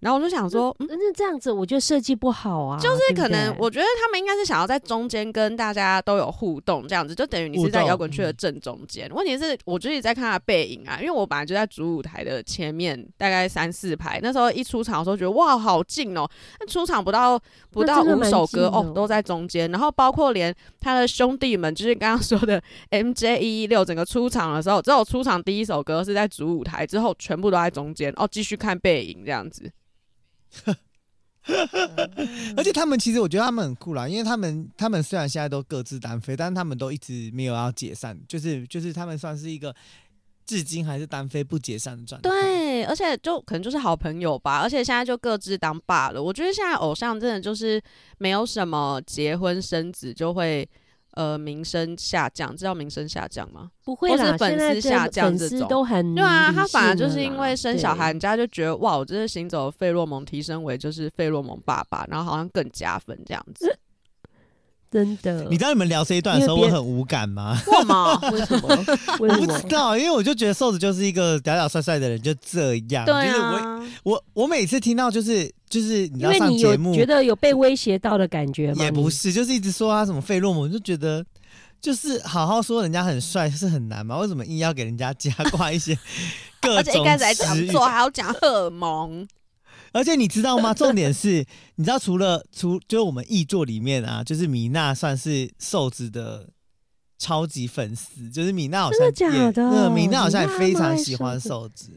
[SPEAKER 2] 然后我就想说，嗯，
[SPEAKER 3] 那那这样子，我觉得设计不好啊。
[SPEAKER 2] 就是
[SPEAKER 3] 对不
[SPEAKER 2] 可能
[SPEAKER 3] 对
[SPEAKER 2] 我觉得他们应该是想要在中间跟大家都有互动，这样子就等于你
[SPEAKER 1] 互
[SPEAKER 2] 是在
[SPEAKER 1] 动
[SPEAKER 2] 摇滚区的
[SPEAKER 3] 嗯
[SPEAKER 2] 正中间。问题是，我就一直在看他的背影啊，因为我本来就在主舞台的前面大概三四排。那时候一出场的时候，觉得哇，好近哦！那出场不到不到
[SPEAKER 3] 那真的
[SPEAKER 2] 五
[SPEAKER 3] 蛮
[SPEAKER 2] 首歌
[SPEAKER 3] 近的
[SPEAKER 2] 哦，都在中间。然后包括连他的兄弟们，就是刚刚说的 MJ 一一六，整个出场的时候，只有出场第一首歌是在主舞台，之后全部都在中间哦，继续看背影这样子。
[SPEAKER 1] 而且他们其实我觉得他们很酷啦，因为他们他们虽然现在都各自单飞，但他们都一直没有要解散，就是就是他们算是一个至今还是单飞不解散的状态。，
[SPEAKER 2] 对，而且就可能就是好朋友吧，而且现在就各自当爸了。我觉得现在偶像真的就是没有什么结婚生子就会呃名声下降，知道名声下降吗？
[SPEAKER 3] 不会
[SPEAKER 2] 或
[SPEAKER 3] 啦，
[SPEAKER 2] 是粉
[SPEAKER 3] 现在
[SPEAKER 2] 丝
[SPEAKER 3] 这
[SPEAKER 2] 下降
[SPEAKER 3] 粉
[SPEAKER 2] 这
[SPEAKER 3] 丝
[SPEAKER 2] 种
[SPEAKER 3] 都很
[SPEAKER 2] 对啊，
[SPEAKER 3] 理
[SPEAKER 2] 他反而
[SPEAKER 3] 性
[SPEAKER 2] 就
[SPEAKER 3] 了
[SPEAKER 2] 是因
[SPEAKER 3] 啦
[SPEAKER 2] 为生小孩，
[SPEAKER 3] 对
[SPEAKER 2] 人家就觉得哇，我这是行走的费洛蒙提升为就是费洛蒙爸爸，然后好像更加分这样子。
[SPEAKER 3] 真的，
[SPEAKER 1] 你知道你们聊这一段的时候，
[SPEAKER 3] 因为
[SPEAKER 1] 我
[SPEAKER 3] 别嗯
[SPEAKER 1] 很无感吗？
[SPEAKER 2] 为什么？
[SPEAKER 3] 为什么？为
[SPEAKER 1] 我
[SPEAKER 3] 什
[SPEAKER 1] 不
[SPEAKER 3] 么
[SPEAKER 1] 知？道，因为我就觉得瘦子就是一个屌屌帅帅的人，就这样。
[SPEAKER 2] 对
[SPEAKER 1] 就是我
[SPEAKER 2] 啊，
[SPEAKER 1] 我我每次听到就是就是你
[SPEAKER 3] 因
[SPEAKER 1] 要
[SPEAKER 3] 为
[SPEAKER 1] 上
[SPEAKER 3] 你
[SPEAKER 1] 节
[SPEAKER 3] 有
[SPEAKER 1] 目
[SPEAKER 3] 觉得有被威胁到的感觉吗？
[SPEAKER 1] 也不
[SPEAKER 3] 你，
[SPEAKER 1] 是，就是一直说他什么费洛蒙，就觉得就是好好说人家很帅是很难吗？为什么硬要给人家加挂一 些各
[SPEAKER 2] 而且一
[SPEAKER 1] 种
[SPEAKER 2] 开始还讲
[SPEAKER 1] 词语？
[SPEAKER 2] 错，还要讲荷尔蒙，
[SPEAKER 1] 而且你知道吗？ 重点是，你知道除了除就是我们译作里面啊，就是米娜算是瘦子的。超级粉丝就是米娜，好像
[SPEAKER 3] 真的假
[SPEAKER 1] 也
[SPEAKER 3] 的
[SPEAKER 1] 对米娜好像
[SPEAKER 3] 米
[SPEAKER 1] 也
[SPEAKER 3] 娜
[SPEAKER 1] 非
[SPEAKER 3] 那么
[SPEAKER 1] 常
[SPEAKER 3] 爱
[SPEAKER 1] 喜欢
[SPEAKER 3] 瘦
[SPEAKER 1] 瘦子，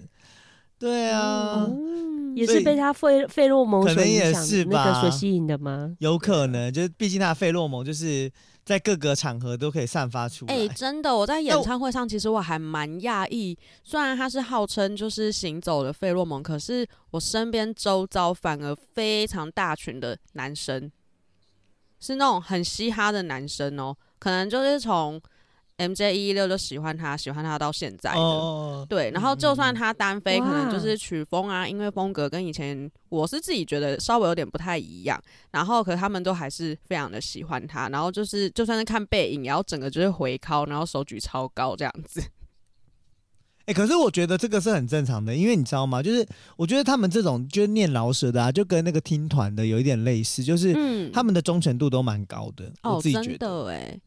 [SPEAKER 1] 对啊，
[SPEAKER 3] 嗯也
[SPEAKER 1] 所
[SPEAKER 3] 是
[SPEAKER 1] 以
[SPEAKER 3] 被他费费洛蒙
[SPEAKER 1] 可
[SPEAKER 3] 所
[SPEAKER 1] 能
[SPEAKER 3] 影
[SPEAKER 1] 也
[SPEAKER 3] 响
[SPEAKER 1] 是
[SPEAKER 3] 那个
[SPEAKER 1] 吧
[SPEAKER 3] 所吸引的吗？
[SPEAKER 1] 有可
[SPEAKER 3] 啊
[SPEAKER 1] 能，就是毕竟他的费洛蒙就是在各个场合都可以散发出来。
[SPEAKER 2] 哎、真的，我在
[SPEAKER 1] 那
[SPEAKER 2] 演
[SPEAKER 1] 我
[SPEAKER 2] 唱会上，其实我还蛮讶异。虽然他是号称就是行走的费洛蒙，可是我身边周遭反而非常大群的男生，是那种很嘻哈的男生哦，可能就是从 MJ 一六就喜欢他，喜欢他到现在的。
[SPEAKER 1] 哦，
[SPEAKER 2] 对，然后就算他单飞，
[SPEAKER 3] 嗯
[SPEAKER 2] 可能就
[SPEAKER 3] 哇
[SPEAKER 2] 是曲风啊、音乐风格跟以前我是自己觉得稍微有点不太一样，然后可他们都还是非常的喜欢他，然后就是就算是看背影，然后整个就是回靠，然后手举超高这样子。
[SPEAKER 1] 哎、可是我觉得这个是很正常的，因为你知道吗？就是我觉得他们这种就是念饶舌的啊，就跟那个听团的有一点类似，就是
[SPEAKER 2] 嗯
[SPEAKER 1] 他们的忠诚度都蛮高的。
[SPEAKER 2] 哦，
[SPEAKER 1] 我自己
[SPEAKER 2] 真
[SPEAKER 1] 觉
[SPEAKER 2] 的
[SPEAKER 1] 得，
[SPEAKER 2] 哎，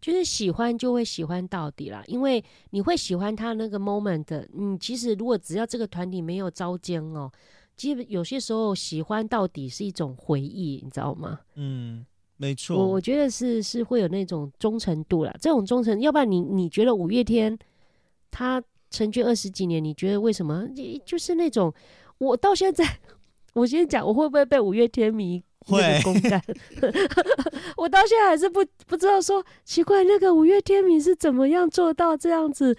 [SPEAKER 3] 就是喜欢就会喜欢到底啦，因为你会喜欢他那个 moment 的。你其实如果只要这个团体没有招奸哦，其实有些时候喜欢到底是一种回忆，你知道吗？
[SPEAKER 1] 嗯，没
[SPEAKER 3] 我我
[SPEAKER 1] 错。
[SPEAKER 3] 觉得是是会有那种忠诚度啦，这种忠诚，要不然你你觉得五月天他成军二十几年，你觉得为什么？就就是那种我到现在， 我先讲，我会不会被五月天迷那
[SPEAKER 1] 会
[SPEAKER 3] 个公 干？ 我到现在还是不不知道说奇怪，那个五月天迷是怎么样做到这样子，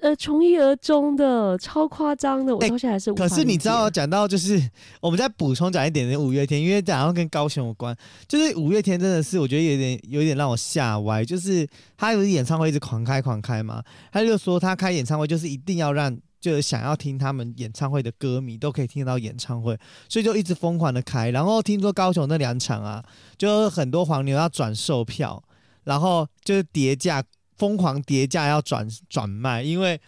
[SPEAKER 3] 呃，从一而终的，超夸张的，我
[SPEAKER 1] 哎
[SPEAKER 3] 到现在还是无
[SPEAKER 1] 可
[SPEAKER 3] 法
[SPEAKER 1] 是
[SPEAKER 3] 理
[SPEAKER 1] 你知
[SPEAKER 3] 解
[SPEAKER 1] 道，讲到就是我们再补充讲一点点五月天，因为讲到跟高雄有关，就是五月天真的是我觉得有点有点让我吓歪，就是他有演唱会一直狂开狂开嘛，他就说他开演唱会就是一定要让就是想要听他们演唱会的歌迷都可以听到演唱会，所以就一直疯狂的开。然后听说高雄那两场啊，就很多黄牛要转售票，然后就是叠价疯狂叠价要转转卖，因为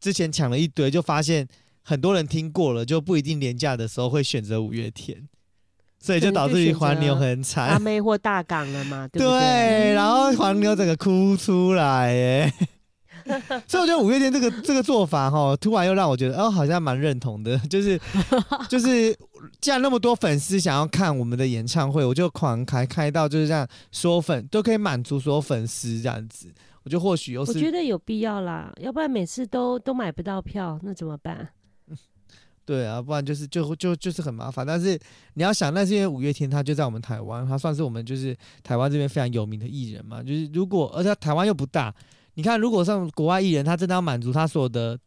[SPEAKER 1] 之前抢了一堆，就发现很多人听过了，就不一定廉价的时候会选择五月天。啊所以就导致于黄牛很
[SPEAKER 3] 阿
[SPEAKER 1] 惨。
[SPEAKER 3] 妹或大港了嘛，对不嗯对？
[SPEAKER 1] 对，然后黄牛整个哭出来耶。 所以我觉得五月天这个这个做法哈，突然又让我觉得哦，好像蛮认同的， 就是就是，既然那么多粉丝想要看我们的演唱会，我就狂开开到就是这样，所有粉都可以满足所有粉丝这样子，我觉得或许又
[SPEAKER 3] 我觉
[SPEAKER 1] 是
[SPEAKER 3] 得有必要啦，要不然每次都都买不到票，那怎么办？
[SPEAKER 1] 对啊，不然就是就就就是很麻烦。但是你要想，那是因为五月天他就在我们台湾，他算是我们就是台湾这边非常有名的艺人嘛。就是如果而且台湾又不大，你看如果像国外艺人，他真的要满足他所有的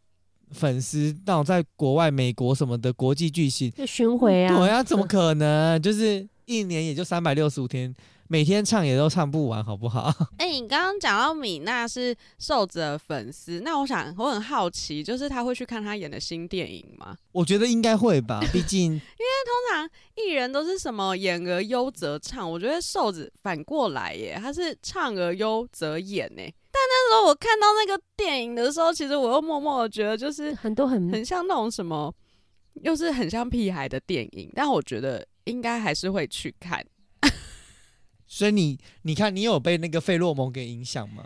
[SPEAKER 1] 粉丝，那种在国外美国什么的国际巨星，
[SPEAKER 3] 就巡回啊，
[SPEAKER 1] 对啊， 怎么可能？就是一年也就三百六十五天，每天唱也都唱不完，好不好？
[SPEAKER 2] 哎、你刚刚讲到米娜是瘦子的粉丝，那我想我很好奇，就是他会去看他演的新电影吗？
[SPEAKER 1] 我觉得应该会吧，毕竟
[SPEAKER 2] 通常艺人都是什么演而优则唱，我觉得瘦子反过来耶，他是唱而优则演哎。但那时候我看到那个电影的时候，其实我又默默的觉得，就是
[SPEAKER 3] 很多很
[SPEAKER 2] 很像那种什么，又是很像屁孩的电影，但我觉得应该还是会去看。
[SPEAKER 1] 所以你你看，你有被那个费洛蒙给影响吗？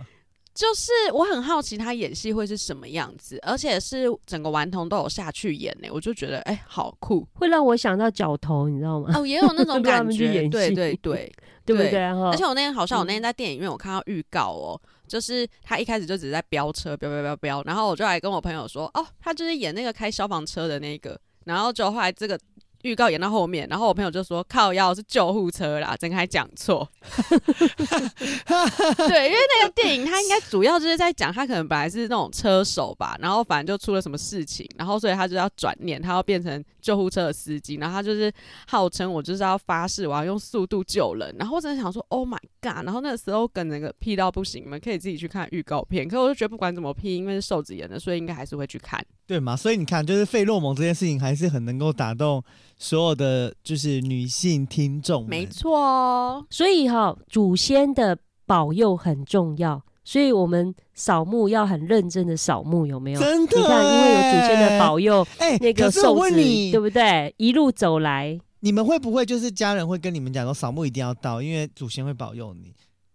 [SPEAKER 2] 就是我很好奇他演戏会是什么样子，而且是整个顽童都有下去演呢、我就觉得哎、好酷
[SPEAKER 3] 会让我想到脚头，你知道吗？
[SPEAKER 2] 哦，也有那 种
[SPEAKER 3] 让他
[SPEAKER 2] 感
[SPEAKER 3] 们去演
[SPEAKER 2] 觉，
[SPEAKER 3] 戏
[SPEAKER 2] 对对对。
[SPEAKER 3] 对不
[SPEAKER 2] 对
[SPEAKER 3] 对啊？哈
[SPEAKER 2] 而且我那天好像我那天在电影院我看到预告哦，就是他一开始就只是在飙车，飙飙飙飙，然后我就来跟我朋友说，哦，他就是演那个开消防车的那个，然后就后来这个。预告演到后面，然后我朋友就说：“靠腰是救护车啦，真还讲错。”对，因为那个电影它应该主要就是在讲他可能本来是那种车手吧，然后反正就出了什么事情，然后所以他就要转念，他要变成救护车的司机，然后他就是号称我就是要发誓我要用速度救人，然后我真的想说 Oh my god，然后那个时候跟那个屁到不行，你们可以自己去看预告片，可我就觉得不管怎么屁，因为是瘦子演的，所以应该还是会去看。
[SPEAKER 1] 对嘛？所以你看，就是费洛蒙这件事情还是很能够打动所有的就是女性听众们。
[SPEAKER 2] 没错哦，
[SPEAKER 3] 所以哈、祖先的保佑很重要，所以我们扫墓要很认真的扫墓，有没有？
[SPEAKER 1] 真的
[SPEAKER 3] 你看，因为有祖先的
[SPEAKER 1] 佑。
[SPEAKER 3] 保佑，
[SPEAKER 1] 哎、
[SPEAKER 3] 那个
[SPEAKER 1] 可是我
[SPEAKER 3] 寿
[SPEAKER 1] 问
[SPEAKER 3] 子
[SPEAKER 1] 你，
[SPEAKER 3] 对不对？一路走来，
[SPEAKER 1] 你们会不会就是家人会跟你们讲说扫墓一定要到，因为祖先会保佑你，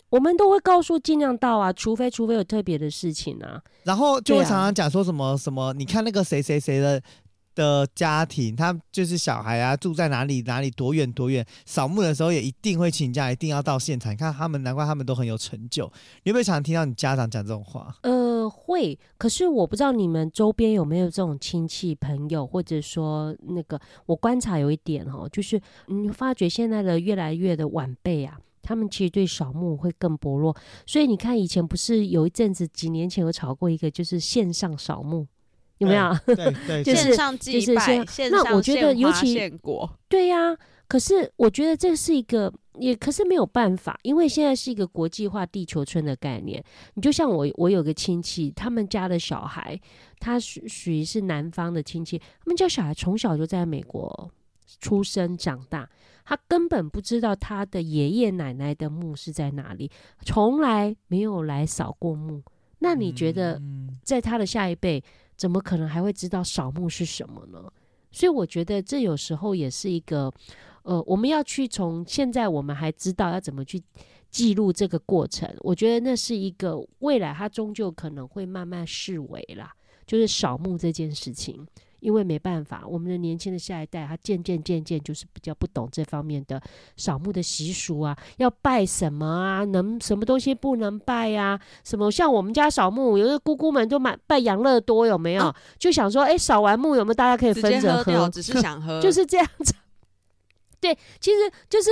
[SPEAKER 3] 我们都会告诉尽量到啊，除非除非有特别的事情啊。
[SPEAKER 1] 然后就会
[SPEAKER 3] 对啊
[SPEAKER 1] 常常讲说什么、什么？你看那个谁谁谁的的家庭，他就是小孩啊，住在哪里哪里多远多远，扫墓的时候也一定会请假，一定要到现场。你看他们，难怪他们都很有成就。你会不会常常听到你家长讲这种话？
[SPEAKER 3] 呃，会，可是我不知道你们周边有没有这种亲戚朋友，或者说那个，我观察有一点哦，就是你会发觉现在的越来越的晚辈啊，他们其实对扫墓会更薄弱，所以你看以前不是有一阵子几年前有炒过一个，就是线上扫墓，有没有？
[SPEAKER 1] 对？对对，
[SPEAKER 3] 就是
[SPEAKER 2] 线上祭
[SPEAKER 3] 就是
[SPEAKER 2] 拜，
[SPEAKER 3] 先
[SPEAKER 2] 线
[SPEAKER 3] 那
[SPEAKER 2] 上
[SPEAKER 3] 我觉得
[SPEAKER 2] 献
[SPEAKER 3] 尤
[SPEAKER 2] 花
[SPEAKER 3] 其
[SPEAKER 2] 献果，
[SPEAKER 3] 对呀、可是我觉得这是一个，也可是没有办法，因为现在是一个国际化地球村的概念。你就像我，我有个亲戚，他们家的小孩，他属属于是南方的亲戚，他们家小孩从小就在美国出生长大，他根本不知道他的爷爷奶奶的墓是在哪里，从来没有来扫过墓。那你觉得
[SPEAKER 1] 嗯
[SPEAKER 3] 在他的下一辈，怎么可能还会知道扫墓是什么呢？所以我觉得这有时候也是一个，呃，我们要去从现在我们还知道要怎么去记录这个过程，我觉得那是一个未来它终究可能会慢慢视为啦，就是扫墓这件事情，因为没办法，我们的年轻的下一代他渐渐渐渐就是比较不懂这方面的扫墓的习俗啊，要拜什么啊，能什么东西不能拜呀、什么像我们家扫墓，有的姑姑们就买拜养乐多，有没有？
[SPEAKER 2] 啊
[SPEAKER 3] 就想说，哎、扫完墓有没有大家可以
[SPEAKER 2] 直
[SPEAKER 3] 分
[SPEAKER 2] 接
[SPEAKER 3] 着
[SPEAKER 2] 喝掉，只是想喝，
[SPEAKER 3] 就是这样子。 对，其实就是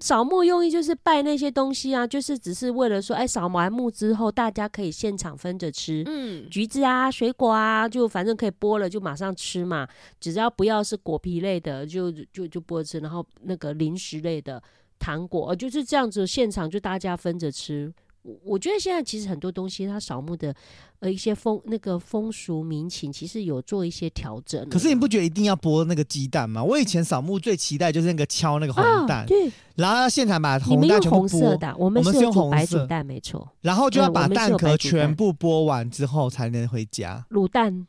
[SPEAKER 3] 扫墓用意就是拜那些东西啊，就是只是为了说，哎，扫完墓之后大家可以现场分着吃。
[SPEAKER 2] 嗯，
[SPEAKER 3] 橘子啊，水果啊，就反正可以剥了就马上吃嘛，只要不要是果皮类的，就就就剥着吃，然后那个零食类的糖果，呃就是这样子，现场就大家分着吃。我我觉得现在其实很多东西，它扫墓的呃一些风那个风俗民情，其实有做一些调整了啦。
[SPEAKER 1] 可是你不觉得一定要剥那个鸡蛋吗？我以前扫墓最期待就是那个敲那个红蛋，
[SPEAKER 3] 啊、对，
[SPEAKER 1] 然后要现场把
[SPEAKER 3] 你
[SPEAKER 1] 红
[SPEAKER 3] 们
[SPEAKER 1] 蛋
[SPEAKER 3] 用
[SPEAKER 1] 全部
[SPEAKER 3] 红色
[SPEAKER 1] 剥，
[SPEAKER 3] 的啊，我
[SPEAKER 1] 我们
[SPEAKER 3] 们
[SPEAKER 1] 是
[SPEAKER 3] 有
[SPEAKER 1] 用
[SPEAKER 3] 煮
[SPEAKER 1] 红
[SPEAKER 3] 白
[SPEAKER 1] 色
[SPEAKER 3] 煮蛋，没错，
[SPEAKER 1] 然后就要
[SPEAKER 3] 对我
[SPEAKER 1] 把
[SPEAKER 3] 们是
[SPEAKER 1] 蛋
[SPEAKER 3] 有
[SPEAKER 1] 壳
[SPEAKER 3] 白煮
[SPEAKER 1] 全
[SPEAKER 3] 蛋
[SPEAKER 1] 部剥完之后才能回家。
[SPEAKER 3] 卤蛋，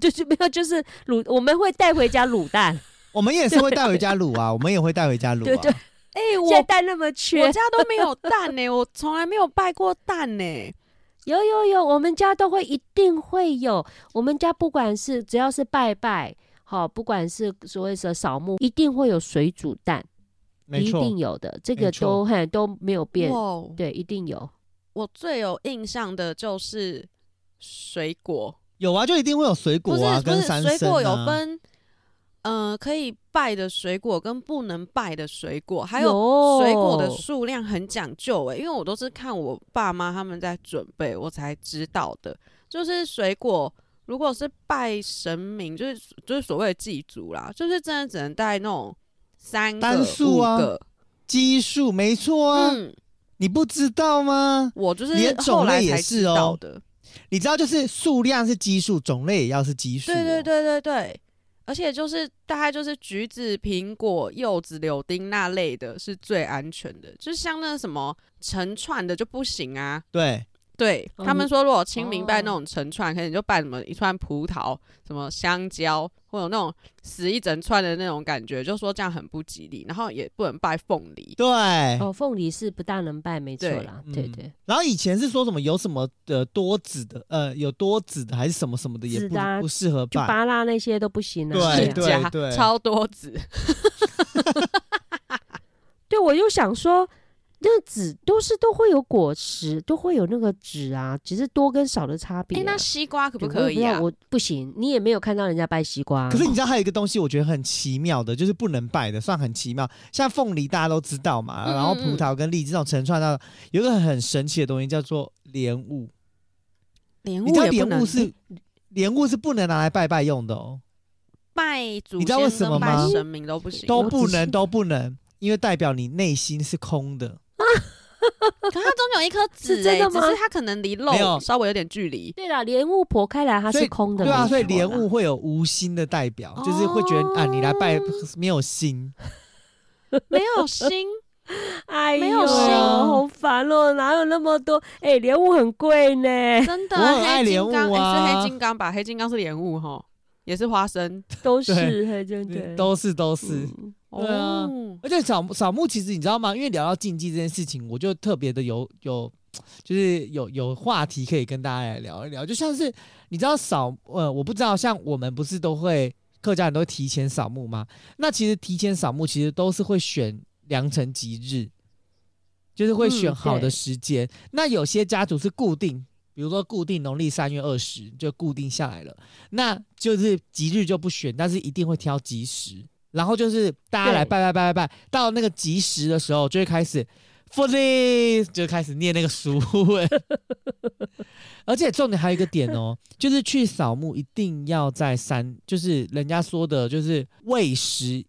[SPEAKER 3] 就是没有，就是卤，我们会带回家卤蛋。
[SPEAKER 1] 我们也是会带回家卤啊，我们也会带回家卤、啊。
[SPEAKER 3] 对对，
[SPEAKER 2] 哎、
[SPEAKER 3] 现在
[SPEAKER 2] 我
[SPEAKER 3] 蛋那么
[SPEAKER 2] 我
[SPEAKER 3] 缺，
[SPEAKER 2] 家都没有蛋呢、我从来没有拜过蛋呢、欸
[SPEAKER 3] 有有有，我们家都会一定会有，我们家不管是只要是拜拜，好，不管是所谓的扫墓，一定会有水煮蛋，
[SPEAKER 1] 没
[SPEAKER 3] 一
[SPEAKER 1] 错。
[SPEAKER 3] 定有的，这
[SPEAKER 1] 没
[SPEAKER 3] 个
[SPEAKER 1] 错
[SPEAKER 3] 都很都没有变，
[SPEAKER 2] 哇，哦
[SPEAKER 3] 对，一定有。
[SPEAKER 2] 我最有印象的就是水果，
[SPEAKER 1] 有啊，就一定会有水
[SPEAKER 2] 不
[SPEAKER 1] 果
[SPEAKER 2] 是
[SPEAKER 1] 啊，
[SPEAKER 2] 不
[SPEAKER 1] 跟
[SPEAKER 2] 是
[SPEAKER 1] 三
[SPEAKER 2] 水
[SPEAKER 1] 生
[SPEAKER 2] 果有
[SPEAKER 1] 啊，
[SPEAKER 2] 分，呃，可以拜的水果跟不能拜的水果，还有
[SPEAKER 3] 有
[SPEAKER 2] 水果的数量很讲究欸诶、因为我都是看我爸妈他们在准备，我才知道的。就是水果，如果是拜神明，就是就是所谓的祭祖啦，就是真的只能带那种三个、
[SPEAKER 1] 单数啊
[SPEAKER 2] 五个。
[SPEAKER 1] 奇数，没错啊，
[SPEAKER 2] 嗯，
[SPEAKER 1] 你不知道吗？
[SPEAKER 2] 我就是
[SPEAKER 1] 连
[SPEAKER 2] 后
[SPEAKER 1] 种
[SPEAKER 2] 来
[SPEAKER 1] 类也
[SPEAKER 2] 才
[SPEAKER 1] 是
[SPEAKER 2] 知
[SPEAKER 1] 哦
[SPEAKER 2] 道的。
[SPEAKER 1] 你知道，就是数量是奇数，种类也要是奇数、
[SPEAKER 2] 对对，对对对，而且就是大概就是橘子、苹果、柚子、柳丁那类的是最安全的，就是像那什么成串的就不行啊。
[SPEAKER 1] 对，
[SPEAKER 2] 对、
[SPEAKER 3] 哦
[SPEAKER 2] 他们
[SPEAKER 3] 你
[SPEAKER 2] 说，如果清明拜那
[SPEAKER 3] 哦
[SPEAKER 2] 种成串，可能就拜什么一串葡萄、什么香蕉，或者那种死一整串的那种感觉，就说这样很不吉利，然后也不能拜凤梨。
[SPEAKER 1] 对。
[SPEAKER 3] 哦，凤梨是不大能拜，没错
[SPEAKER 2] 对
[SPEAKER 3] 啦，对
[SPEAKER 1] 嗯
[SPEAKER 3] 对，
[SPEAKER 1] 然后以前是说什么有什么的多子的，呃，有多子的还是什么什么的，也
[SPEAKER 3] 子
[SPEAKER 1] 不
[SPEAKER 3] 的啊
[SPEAKER 1] 不适合
[SPEAKER 3] 就
[SPEAKER 1] 办。
[SPEAKER 3] 巴拉那些都不行啊。
[SPEAKER 1] 对
[SPEAKER 3] 是啊
[SPEAKER 1] 对
[SPEAKER 2] 加超多子，
[SPEAKER 3] 对，我又想说，那籽都是都会有果实，都会有那个籽啊，只是多跟少的差别、
[SPEAKER 2] 哎、
[SPEAKER 3] 啊。
[SPEAKER 2] 那西瓜可
[SPEAKER 3] 对
[SPEAKER 2] 不
[SPEAKER 3] 我
[SPEAKER 2] 可
[SPEAKER 3] 也知
[SPEAKER 2] 以
[SPEAKER 3] 道
[SPEAKER 2] 啊？
[SPEAKER 3] 我不行，你也没有看到人家掰西瓜。
[SPEAKER 1] 可是你知道还有一个东西，我觉得很奇妙的，就是不能拜的，算很奇妙。像凤梨大家都知道嘛，
[SPEAKER 2] 嗯嗯
[SPEAKER 1] 然后葡萄跟荔枝这种成串的，有一个很神奇的东西叫做莲雾。
[SPEAKER 2] 莲
[SPEAKER 3] 嗯
[SPEAKER 1] 你知道
[SPEAKER 2] 也不
[SPEAKER 1] 莲雾
[SPEAKER 2] 能
[SPEAKER 1] 是莲雾是不能拿来拜拜用的哦，
[SPEAKER 2] 拜祖
[SPEAKER 1] 你知道为
[SPEAKER 2] 先
[SPEAKER 1] 什么
[SPEAKER 2] 跟拜
[SPEAKER 1] 吗
[SPEAKER 2] 神明都不行，啊
[SPEAKER 1] 都
[SPEAKER 3] 我
[SPEAKER 1] 不
[SPEAKER 3] 只是
[SPEAKER 1] 能，都不能，因为代表你内心是空的。
[SPEAKER 2] 可它中间有一颗籽、欸，
[SPEAKER 3] 是真的
[SPEAKER 2] 只
[SPEAKER 3] 吗
[SPEAKER 2] 是它可能离
[SPEAKER 1] 没
[SPEAKER 2] 肉
[SPEAKER 1] 有
[SPEAKER 2] 稍微有点距离。
[SPEAKER 3] 对啦，莲雾剖开来它
[SPEAKER 1] 所
[SPEAKER 3] 是
[SPEAKER 1] 以
[SPEAKER 3] 空的，
[SPEAKER 1] 对啊，
[SPEAKER 3] 没
[SPEAKER 1] 所以
[SPEAKER 3] 错
[SPEAKER 1] 莲
[SPEAKER 3] 啦
[SPEAKER 1] 雾会有无心的代表，就是会觉得啊，你来拜没有心。
[SPEAKER 2] 没有心，
[SPEAKER 3] 哎
[SPEAKER 2] 没有
[SPEAKER 3] 呦
[SPEAKER 2] 心
[SPEAKER 3] 好烦哦，哪有那么多？哎、莲雾很贵呢。
[SPEAKER 2] 真的啊
[SPEAKER 1] 我很
[SPEAKER 2] 黑
[SPEAKER 1] 爱
[SPEAKER 2] 金
[SPEAKER 1] 莲雾
[SPEAKER 2] 刚、诶是
[SPEAKER 1] 啊
[SPEAKER 2] 黑金刚吧？黑金刚是莲雾哈，也是花生。
[SPEAKER 3] 都
[SPEAKER 1] 对
[SPEAKER 3] 是，还真的
[SPEAKER 1] 都是都是。
[SPEAKER 3] 嗯
[SPEAKER 1] 对啊
[SPEAKER 2] 哦，
[SPEAKER 1] 而且扫扫墓其实你知道吗？因为聊到禁忌这件事情，我就特别的有有，就是有有话题可以跟大家来聊一聊。就像是你知道扫呃，我不知道，像我们不是都会客家人都会提前扫墓吗？那其实提前扫墓其实都是会选良辰吉日，就是会选
[SPEAKER 3] 嗯
[SPEAKER 1] 好
[SPEAKER 3] 对
[SPEAKER 1] 的时间。那有些家族是固定，比如说固定农历三月二十就固定下来了，那就是吉日就不选，但是一定会挑吉时。然后就是大家来
[SPEAKER 3] 对
[SPEAKER 1] 拜拜拜拜拜，到那个吉时的时候就会开始 f l 就开始念那个书 文。而且重点还有一个点哦，就是去扫墓一定要在三，就是人家说的，就是未时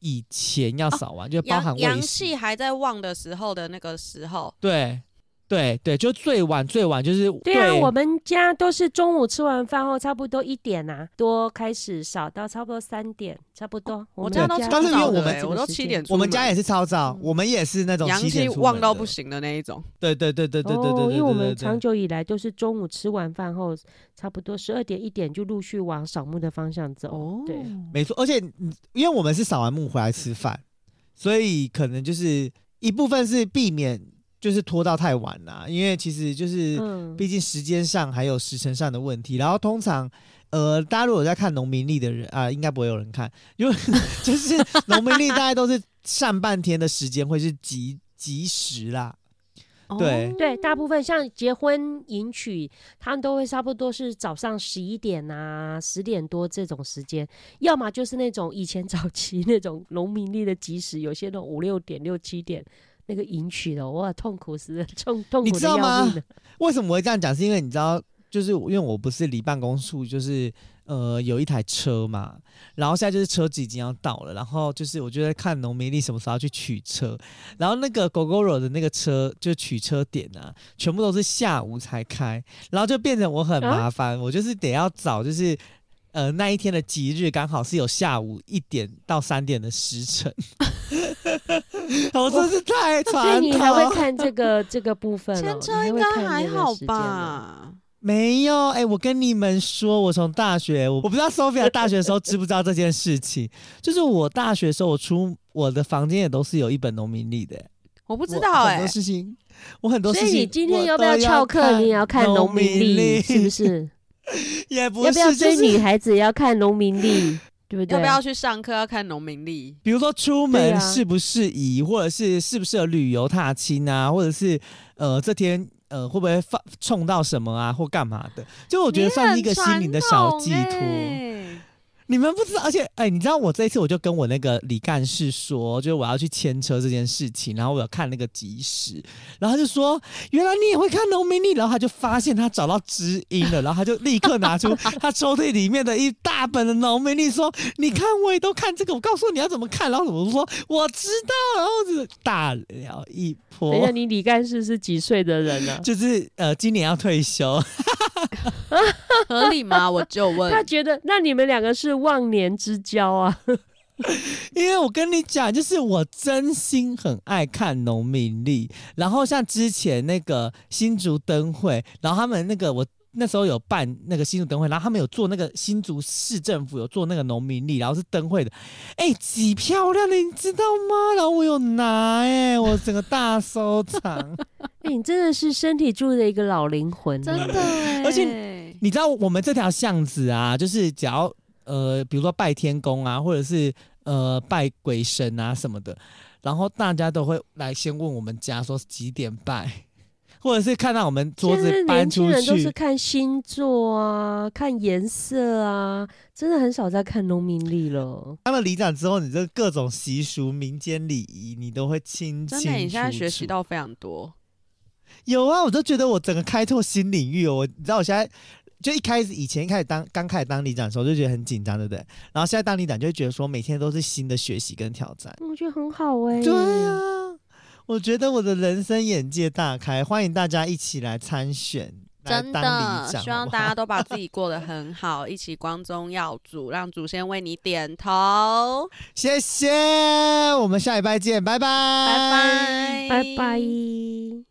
[SPEAKER 1] 以前要扫完，就包含
[SPEAKER 2] 哦阳
[SPEAKER 1] 未
[SPEAKER 2] 阳
[SPEAKER 1] 时
[SPEAKER 2] 气还在旺的时候的那个时候，
[SPEAKER 1] 对对对，就最晚最晚就是
[SPEAKER 3] 对啊，我们家都是中午吃完饭后，差不多一点啊，多开始扫到差不多三点，差不多。
[SPEAKER 2] 我
[SPEAKER 3] 们
[SPEAKER 2] 家都
[SPEAKER 1] 家
[SPEAKER 2] 超
[SPEAKER 1] 但是因为
[SPEAKER 2] 早
[SPEAKER 1] 我
[SPEAKER 2] 的
[SPEAKER 1] 们
[SPEAKER 2] 欸
[SPEAKER 3] 这
[SPEAKER 2] 我
[SPEAKER 3] 个
[SPEAKER 2] 都
[SPEAKER 3] 时
[SPEAKER 2] 七
[SPEAKER 3] 间
[SPEAKER 2] 点出
[SPEAKER 1] 我
[SPEAKER 2] 门，
[SPEAKER 1] 们家也是超早，我们也是那种
[SPEAKER 2] 嗯阳
[SPEAKER 1] 七
[SPEAKER 2] 气
[SPEAKER 1] 点出
[SPEAKER 2] 旺
[SPEAKER 1] 门
[SPEAKER 2] 到
[SPEAKER 1] 的
[SPEAKER 2] 不。行的那一种。
[SPEAKER 1] 对对对对对对对对
[SPEAKER 3] 哦，
[SPEAKER 1] 对，
[SPEAKER 3] 因为我们
[SPEAKER 1] 对
[SPEAKER 3] 长久以来都是中午吃完饭后，差不多十二点一点就陆续往扫墓的方向走。
[SPEAKER 2] 哦
[SPEAKER 3] 对，
[SPEAKER 1] 没错，而且嗯因为我们是扫完墓回来吃饭，所以可能就是一部分是避免就是拖到太晚啦、因为其实就是
[SPEAKER 3] 嗯，
[SPEAKER 1] 毕竟时间上还有时辰上的问题。然后通常，呃，大家如果有在看农民历的人啊、应该不会有人看，因为 就是农民历大概都是上半天的时间会是吉吉时啦。对
[SPEAKER 2] 哦
[SPEAKER 3] 对，大部分像结婚迎娶，他们都会差不多是早上十一点啊、十点多这种时间，要么就是那种以前早期那种农民历的吉时，有些那种五六点、六七点那个迎娶的，哇，痛苦死了，痛痛
[SPEAKER 1] 你
[SPEAKER 3] 苦
[SPEAKER 1] 知
[SPEAKER 3] 的
[SPEAKER 1] 道
[SPEAKER 3] 要
[SPEAKER 1] 吗
[SPEAKER 3] 命的。
[SPEAKER 1] 为什么我会这样讲？是因为你知道，就是因为我不是离办公处就是呃有一台车嘛，然后现在就是车子已经要到了，然后就是我就在看农民历什么时候要去取车，然后那个 GoGoRo 的那个车就取车点啊，全部都是下午才开，然后就变成我很麻烦，我就是得要找就是。呃，那一天的吉日刚好是有下午一点到三点的时辰，我真是太
[SPEAKER 3] 所以
[SPEAKER 1] 惨
[SPEAKER 3] 你还
[SPEAKER 1] 了。
[SPEAKER 3] 会看这个这个部分、
[SPEAKER 2] 牵
[SPEAKER 3] 哦？你
[SPEAKER 2] 车
[SPEAKER 3] 还
[SPEAKER 2] 应
[SPEAKER 3] 会
[SPEAKER 2] 该
[SPEAKER 3] 看
[SPEAKER 2] 还
[SPEAKER 3] 那个
[SPEAKER 2] 好
[SPEAKER 3] 时间哦？
[SPEAKER 1] 啊
[SPEAKER 2] 吧？
[SPEAKER 1] 没有，哎、我跟你们说，我从大 学，我我不知道 Sophia 大学的时候知不知道这件事情，就是我大学的时候，我出我的房间也都是有一本农民历的、哎
[SPEAKER 2] 我不知
[SPEAKER 1] 我很
[SPEAKER 2] 道哎、
[SPEAKER 1] 多事情，我很多事
[SPEAKER 3] 所
[SPEAKER 1] 情我都，
[SPEAKER 3] 以你今天要不要翘课？你也要看农民历，是不？是？
[SPEAKER 1] 也 不是，
[SPEAKER 3] 要不要追
[SPEAKER 1] 就是
[SPEAKER 3] 女孩子也要看农民历，对不对？
[SPEAKER 2] 要不要去上课？要看农民历。
[SPEAKER 1] 比如说出
[SPEAKER 3] 对啊
[SPEAKER 1] 门适不适宜，或者是适不适合旅游踏青啊，或者是呃这天呃会不会放冲到什么啊，或干嘛的？就我
[SPEAKER 2] 我
[SPEAKER 1] 觉得算是一个心灵的小寄托。
[SPEAKER 3] 欸
[SPEAKER 1] 你们不知道，而且哎、你知道我这一次我就跟我那个李干事说，就是我要去牵车这件事情，然后我有看那个即时，然后他就说原来你也会看农民历，然后他就发现他找到知音了，然后他就立刻拿出 他抽屉里面的一大本的农民历，说你看我也都看这个，我告诉你要怎么看，然后我就说我知道，然后就是大聊一波
[SPEAKER 3] 等一。下，你李干事是几岁的人啊呢、
[SPEAKER 1] 就是呃，今年要退休，
[SPEAKER 2] 合理吗？我就 问
[SPEAKER 3] 他觉得，那你们两个是忘年之交啊！
[SPEAKER 1] 因为我跟你讲，就是我真心很爱看农民历，然后像之前那个新竹灯会，然后他们那个我。那时候有办那个新竹灯会，然后他们有做那个新竹市政府有做那个农民历，然后是灯会的，哎、几漂亮的，你知道吗？然后我有拿、哎，我整个大收藏。
[SPEAKER 3] 哎、你真的是身体住的一个老灵魂、
[SPEAKER 2] 真
[SPEAKER 3] 啊
[SPEAKER 2] 的哎、
[SPEAKER 1] 而且你知道我们这条巷子啊，就是只要呃，比如说拜天公啊，或者是呃拜鬼神啊什么的，然后大家都会来先问我们家说几点拜， 或者是看到我们桌
[SPEAKER 3] 现在
[SPEAKER 1] 子
[SPEAKER 3] 的
[SPEAKER 1] 搬
[SPEAKER 3] 年轻
[SPEAKER 1] 出
[SPEAKER 3] 人都是
[SPEAKER 1] 去。
[SPEAKER 3] 看星座啊，看颜色啊，真的很少在看农民历了。
[SPEAKER 1] 他们离长之后，你这各种习俗、民间礼仪，你都会清清
[SPEAKER 2] 真
[SPEAKER 1] 楚
[SPEAKER 2] 的，你现在学习
[SPEAKER 1] 楚
[SPEAKER 2] 到非常多。
[SPEAKER 1] 有啊，我都觉得我整个开拓新领域哦。我你知道我现在就一开始以前一开始当刚开始当里长的时候就觉得很紧张，对不对？然后现在当里长就会觉得说每天都是新的学习跟挑战。
[SPEAKER 3] 我觉得很好哎、
[SPEAKER 1] 对啊，我觉得我的人生眼界大开，欢迎大家一起来参选，来
[SPEAKER 2] 真
[SPEAKER 1] 当里
[SPEAKER 2] 的，
[SPEAKER 1] 长，
[SPEAKER 2] 希望
[SPEAKER 1] 好不好
[SPEAKER 2] 大家都把自己过得很好，一起光宗耀祖，让祖先为你点头。
[SPEAKER 1] 谢谢，我们下礼拜见，拜拜，
[SPEAKER 2] 拜拜，
[SPEAKER 1] 哎
[SPEAKER 3] 拜拜。